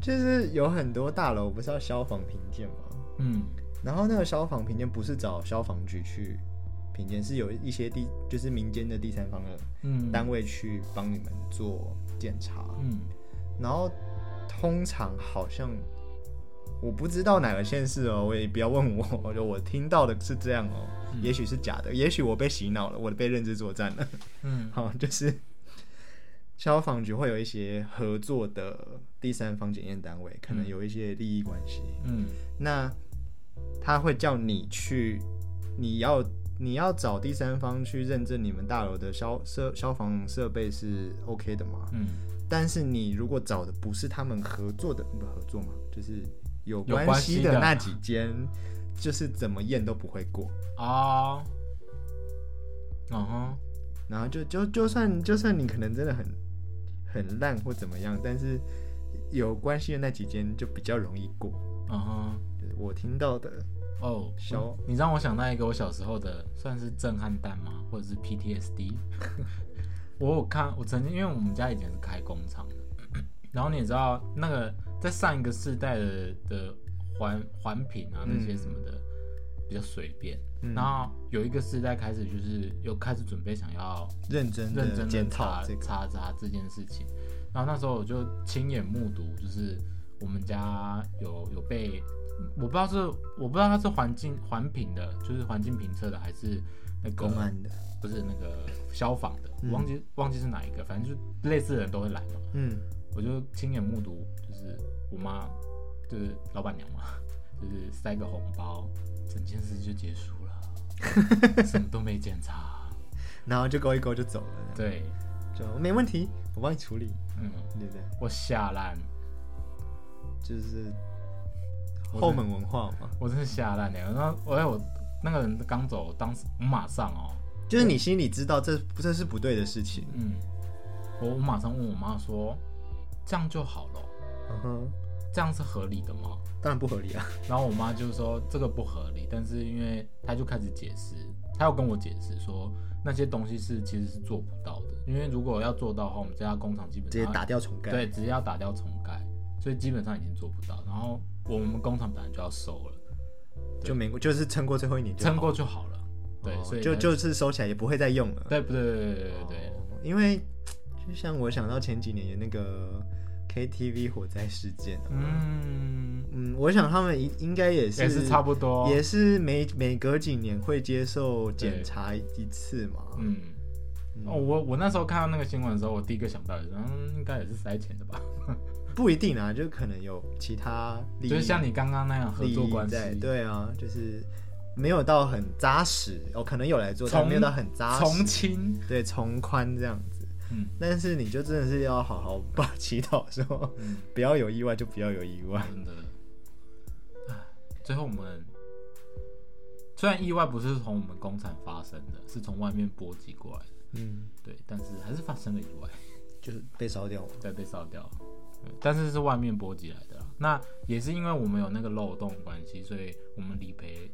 [SPEAKER 1] 就是有很多大楼不是要消防评鉴吗？
[SPEAKER 2] 嗯，
[SPEAKER 1] 然后那个消防评鉴不是找消防局去评鉴，是有一些第就是民间的第三方的
[SPEAKER 2] 嗯
[SPEAKER 1] 单位去帮你们做检查。
[SPEAKER 2] 嗯，
[SPEAKER 1] 然后通常好像我不知道哪个县市哦，我也不要问我， 我就我听到的是这样哦，
[SPEAKER 2] 嗯
[SPEAKER 1] 也许是假的，也许我被洗脑了，我被认知作战了。
[SPEAKER 2] 嗯
[SPEAKER 1] 好，就是消防局会有一些合作的第三方检验单位，可能
[SPEAKER 2] 嗯
[SPEAKER 1] 有一些利益关系，
[SPEAKER 2] 嗯
[SPEAKER 1] 那他会叫你去，你要你要找第三方去认证你们大楼的消设消防设备是 OK 的吗？
[SPEAKER 2] 嗯，
[SPEAKER 1] 但是你如果找的不是他们合作的，不合作嘛，就是有
[SPEAKER 2] 有
[SPEAKER 1] 关
[SPEAKER 2] 关
[SPEAKER 1] 系
[SPEAKER 2] 系
[SPEAKER 1] 的
[SPEAKER 2] 的
[SPEAKER 1] 那几间，就是怎么验都不会过。
[SPEAKER 2] 啊，嗯哼，
[SPEAKER 1] 然后就就就算就算你可能真的很很烂或怎么样，但是有关系的那几间就比较容易过。
[SPEAKER 2] 嗯哼。
[SPEAKER 1] 就是我听到的，
[SPEAKER 2] 哦，
[SPEAKER 1] 小
[SPEAKER 2] 你让我想到一个我小时候的算是震撼弹吗？或者是 PTSD？我有看，我曾经因为我们家以前是开工厂的，然后你也知道那个在上一个世代的的环环评啊那些什么的、比较随便，
[SPEAKER 1] 嗯
[SPEAKER 2] 然后有一个世代开始就是又开始准备想要
[SPEAKER 1] 认真
[SPEAKER 2] 认
[SPEAKER 1] 的
[SPEAKER 2] 真
[SPEAKER 1] 检
[SPEAKER 2] 的
[SPEAKER 1] 讨
[SPEAKER 2] 查
[SPEAKER 1] 这个，
[SPEAKER 2] 查查这件事情。然后那时候我就亲眼目睹，就是我们家有有被，我不知道是我不知道它是环境环评的，就是环境评测的，还是那个
[SPEAKER 1] 公安的，
[SPEAKER 2] 不是那个消防的，
[SPEAKER 1] 嗯
[SPEAKER 2] 我忘记忘记是哪一个，反正就类似的人都会来嘛。
[SPEAKER 1] 嗯
[SPEAKER 2] 我就亲眼目睹，就是我妈，就是老板娘嘛， 就是塞个红包，整件事就结束 了，什么都没检查。
[SPEAKER 1] 然后就勾一勾就走了，这样
[SPEAKER 2] 对，
[SPEAKER 1] 就没问题，我帮你处理，
[SPEAKER 2] 嗯，
[SPEAKER 1] 对不对？
[SPEAKER 2] 我吓烂。
[SPEAKER 1] 就是
[SPEAKER 2] 我
[SPEAKER 1] 后门文化嘛，
[SPEAKER 2] 我真是吓烂了。然后，哎，我那个人刚走，当时我马上哦，
[SPEAKER 1] 就是你心里知道这这是不对的事情，
[SPEAKER 2] 嗯，我我马上问我妈说，这样就好了，
[SPEAKER 1] 嗯哼，
[SPEAKER 2] 这样是合理的吗？
[SPEAKER 1] 当然不合理啊，
[SPEAKER 2] 然后我妈就说这个不合理，但是因为她就开始解释，她要跟我解释说那些东西是其实是做不到的，因为如果要做到的话，我们这家工厂基本
[SPEAKER 1] 直接
[SPEAKER 2] 上
[SPEAKER 1] 打掉重盖，
[SPEAKER 2] 对，直接要打掉重盖，所以基本上已经做不到。然后我们工厂本来就要收了，
[SPEAKER 1] 就没就是撑过最后一年就好
[SPEAKER 2] 撑过就好了。对，
[SPEAKER 1] 哦
[SPEAKER 2] 所以
[SPEAKER 1] 就
[SPEAKER 2] 她
[SPEAKER 1] 就是收起来也不会再用了，
[SPEAKER 2] 对不对？对对对对对。
[SPEAKER 1] 哦因为就像我想到前几年有那个 KTV 火灾事件，嗯
[SPEAKER 2] 嗯，
[SPEAKER 1] 嗯，我想他们应应该也是
[SPEAKER 2] 也是差不多，
[SPEAKER 1] 也是每每隔几年会接受检查一次嘛。
[SPEAKER 2] 嗯。哦，我我那时候看到那个新闻的时候，我第一个想到也是，嗯，应该也是塞钱的吧，
[SPEAKER 1] 不一定啊，就可能有其他利益，
[SPEAKER 2] 就是像你刚刚那样合
[SPEAKER 1] 利
[SPEAKER 2] 作
[SPEAKER 1] 益
[SPEAKER 2] 关
[SPEAKER 1] 在，
[SPEAKER 2] 系，
[SPEAKER 1] 对啊，就是没有到很扎实，哦，可能有来做，但
[SPEAKER 2] 从
[SPEAKER 1] 没有到很扎
[SPEAKER 2] 从
[SPEAKER 1] 实，
[SPEAKER 2] 轻，
[SPEAKER 1] 对，从宽这样子。
[SPEAKER 2] 嗯
[SPEAKER 1] 但是你就真的是要好好把祈祷说，
[SPEAKER 2] 嗯，
[SPEAKER 1] 不要有意外就不要有意外。
[SPEAKER 2] 真的，唉最后我们虽然意外不是从我们工厂发生的，是从外面波及过来的，
[SPEAKER 1] 嗯，
[SPEAKER 2] 对，但是还是发生了意外。
[SPEAKER 1] 就是被烧掉嘛。
[SPEAKER 2] 对，被烧掉了。对但是是外面波及来的啦。那也是因为我们有那个漏洞的关系，所以我们理赔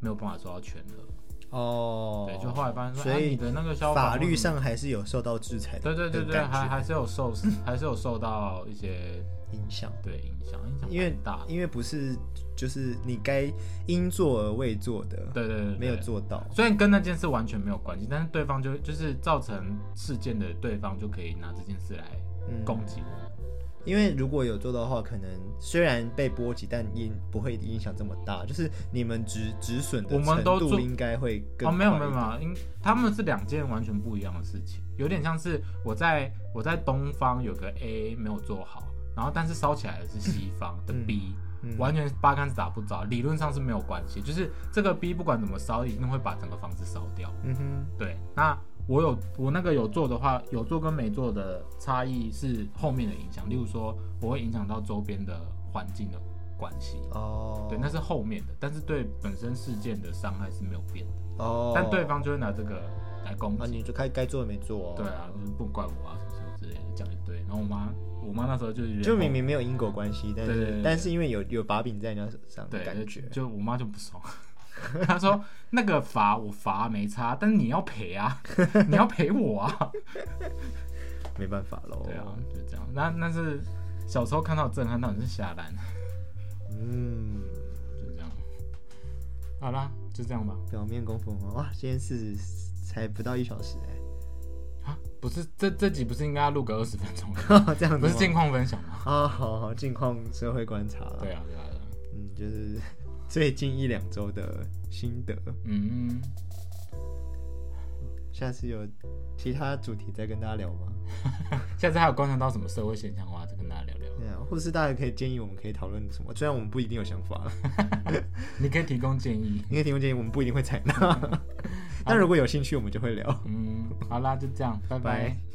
[SPEAKER 2] 没有办法做到全额。
[SPEAKER 1] 哦，
[SPEAKER 2] 对，就后来发现说，
[SPEAKER 1] 所
[SPEAKER 2] 啊、你
[SPEAKER 1] 以
[SPEAKER 2] 的那个消防
[SPEAKER 1] 法律，上还是有受到制裁
[SPEAKER 2] 对
[SPEAKER 1] 的，
[SPEAKER 2] 对对对，
[SPEAKER 1] 感觉
[SPEAKER 2] 还还是有受，还是有受到一些
[SPEAKER 1] 影响。
[SPEAKER 2] 对影响，影响
[SPEAKER 1] 因为
[SPEAKER 2] 蛮大的。
[SPEAKER 1] 因为不是就是你该应做而未做的，
[SPEAKER 2] 对对对对
[SPEAKER 1] 没有做到。
[SPEAKER 2] 虽然跟那件事完全没有关系，但是对方就就是造成事件的对方就可以拿这件事来
[SPEAKER 1] 嗯
[SPEAKER 2] 攻击我们。
[SPEAKER 1] 因为如果有做的话，可能虽然被波及，但影不会影响这么大。就是你们止止损的
[SPEAKER 2] 我们
[SPEAKER 1] 程
[SPEAKER 2] 都
[SPEAKER 1] 度
[SPEAKER 2] 做
[SPEAKER 1] 应该会更
[SPEAKER 2] 哦，没有
[SPEAKER 1] 快一
[SPEAKER 2] 没有没
[SPEAKER 1] 点
[SPEAKER 2] 有，因他们是两件完全不一样的事情，有点像是我在我在东方有个 A 没有做好，然后但是烧起来的是西方的 B，、
[SPEAKER 1] 嗯
[SPEAKER 2] 完全八竿子打不着，理论上是没有关系，就是这个 B 不管怎么烧，一定会把整个房子烧掉。
[SPEAKER 1] 嗯哼，
[SPEAKER 2] 对，那我有我那个有做的话，有做跟没做的差异是后面的影响，例如说我会影响到周边的环境的关系，
[SPEAKER 1] 哦，
[SPEAKER 2] 对，那是后面的，但是对本身事件的伤害是没有变的。
[SPEAKER 1] 哦，
[SPEAKER 2] 但对方就会拿这个来攻
[SPEAKER 1] 啊，
[SPEAKER 2] 击。
[SPEAKER 1] 你就该该做的没做、哦，
[SPEAKER 2] 对，啊，就是不怪我啊，什么什么之类的，讲一堆。然后我妈，我妈那时候就有点
[SPEAKER 1] 就明明没有因果关系，但是
[SPEAKER 2] 对对对
[SPEAKER 1] 但是因为有有把柄在人家手上的
[SPEAKER 2] 对，
[SPEAKER 1] 感
[SPEAKER 2] 就
[SPEAKER 1] 觉，
[SPEAKER 2] 就我妈就不爽， 她说那个罚我罚没差，但是你要 赔啊，你要赔我啊。
[SPEAKER 1] 没办法喽。
[SPEAKER 2] 对啊，，就这样。那那是小时候看到震撼，到底是下烂，
[SPEAKER 1] 嗯，
[SPEAKER 2] 就这样。好啦，就这样吧。
[SPEAKER 1] 表面功夫很好哇，今天是才不到一小时欸
[SPEAKER 2] 啊，不是这这集不是应该要录 个二十分钟吗？
[SPEAKER 1] 哎、这样子
[SPEAKER 2] 不是
[SPEAKER 1] 吗
[SPEAKER 2] 近况分享吗？
[SPEAKER 1] 啊，好好近况社会观察了。
[SPEAKER 2] 对啊，对啊，对啊。
[SPEAKER 1] 嗯，就是 最近一两周的心得，
[SPEAKER 2] 嗯，
[SPEAKER 1] 下次有其他主题再跟大家聊吧。
[SPEAKER 2] 下次还有观察到什么社会现象的话，再跟大家聊聊。
[SPEAKER 1] 对啊，或是大家可以建议我们可以讨论什么，虽然我们不一定有想法，
[SPEAKER 2] 你可以提供建议。
[SPEAKER 1] 你可以提供建议，我们 不一定会采纳，但如果有兴趣，我们就会聊。
[SPEAKER 2] 嗯，好啦，就这样，拜
[SPEAKER 1] 拜
[SPEAKER 2] 拜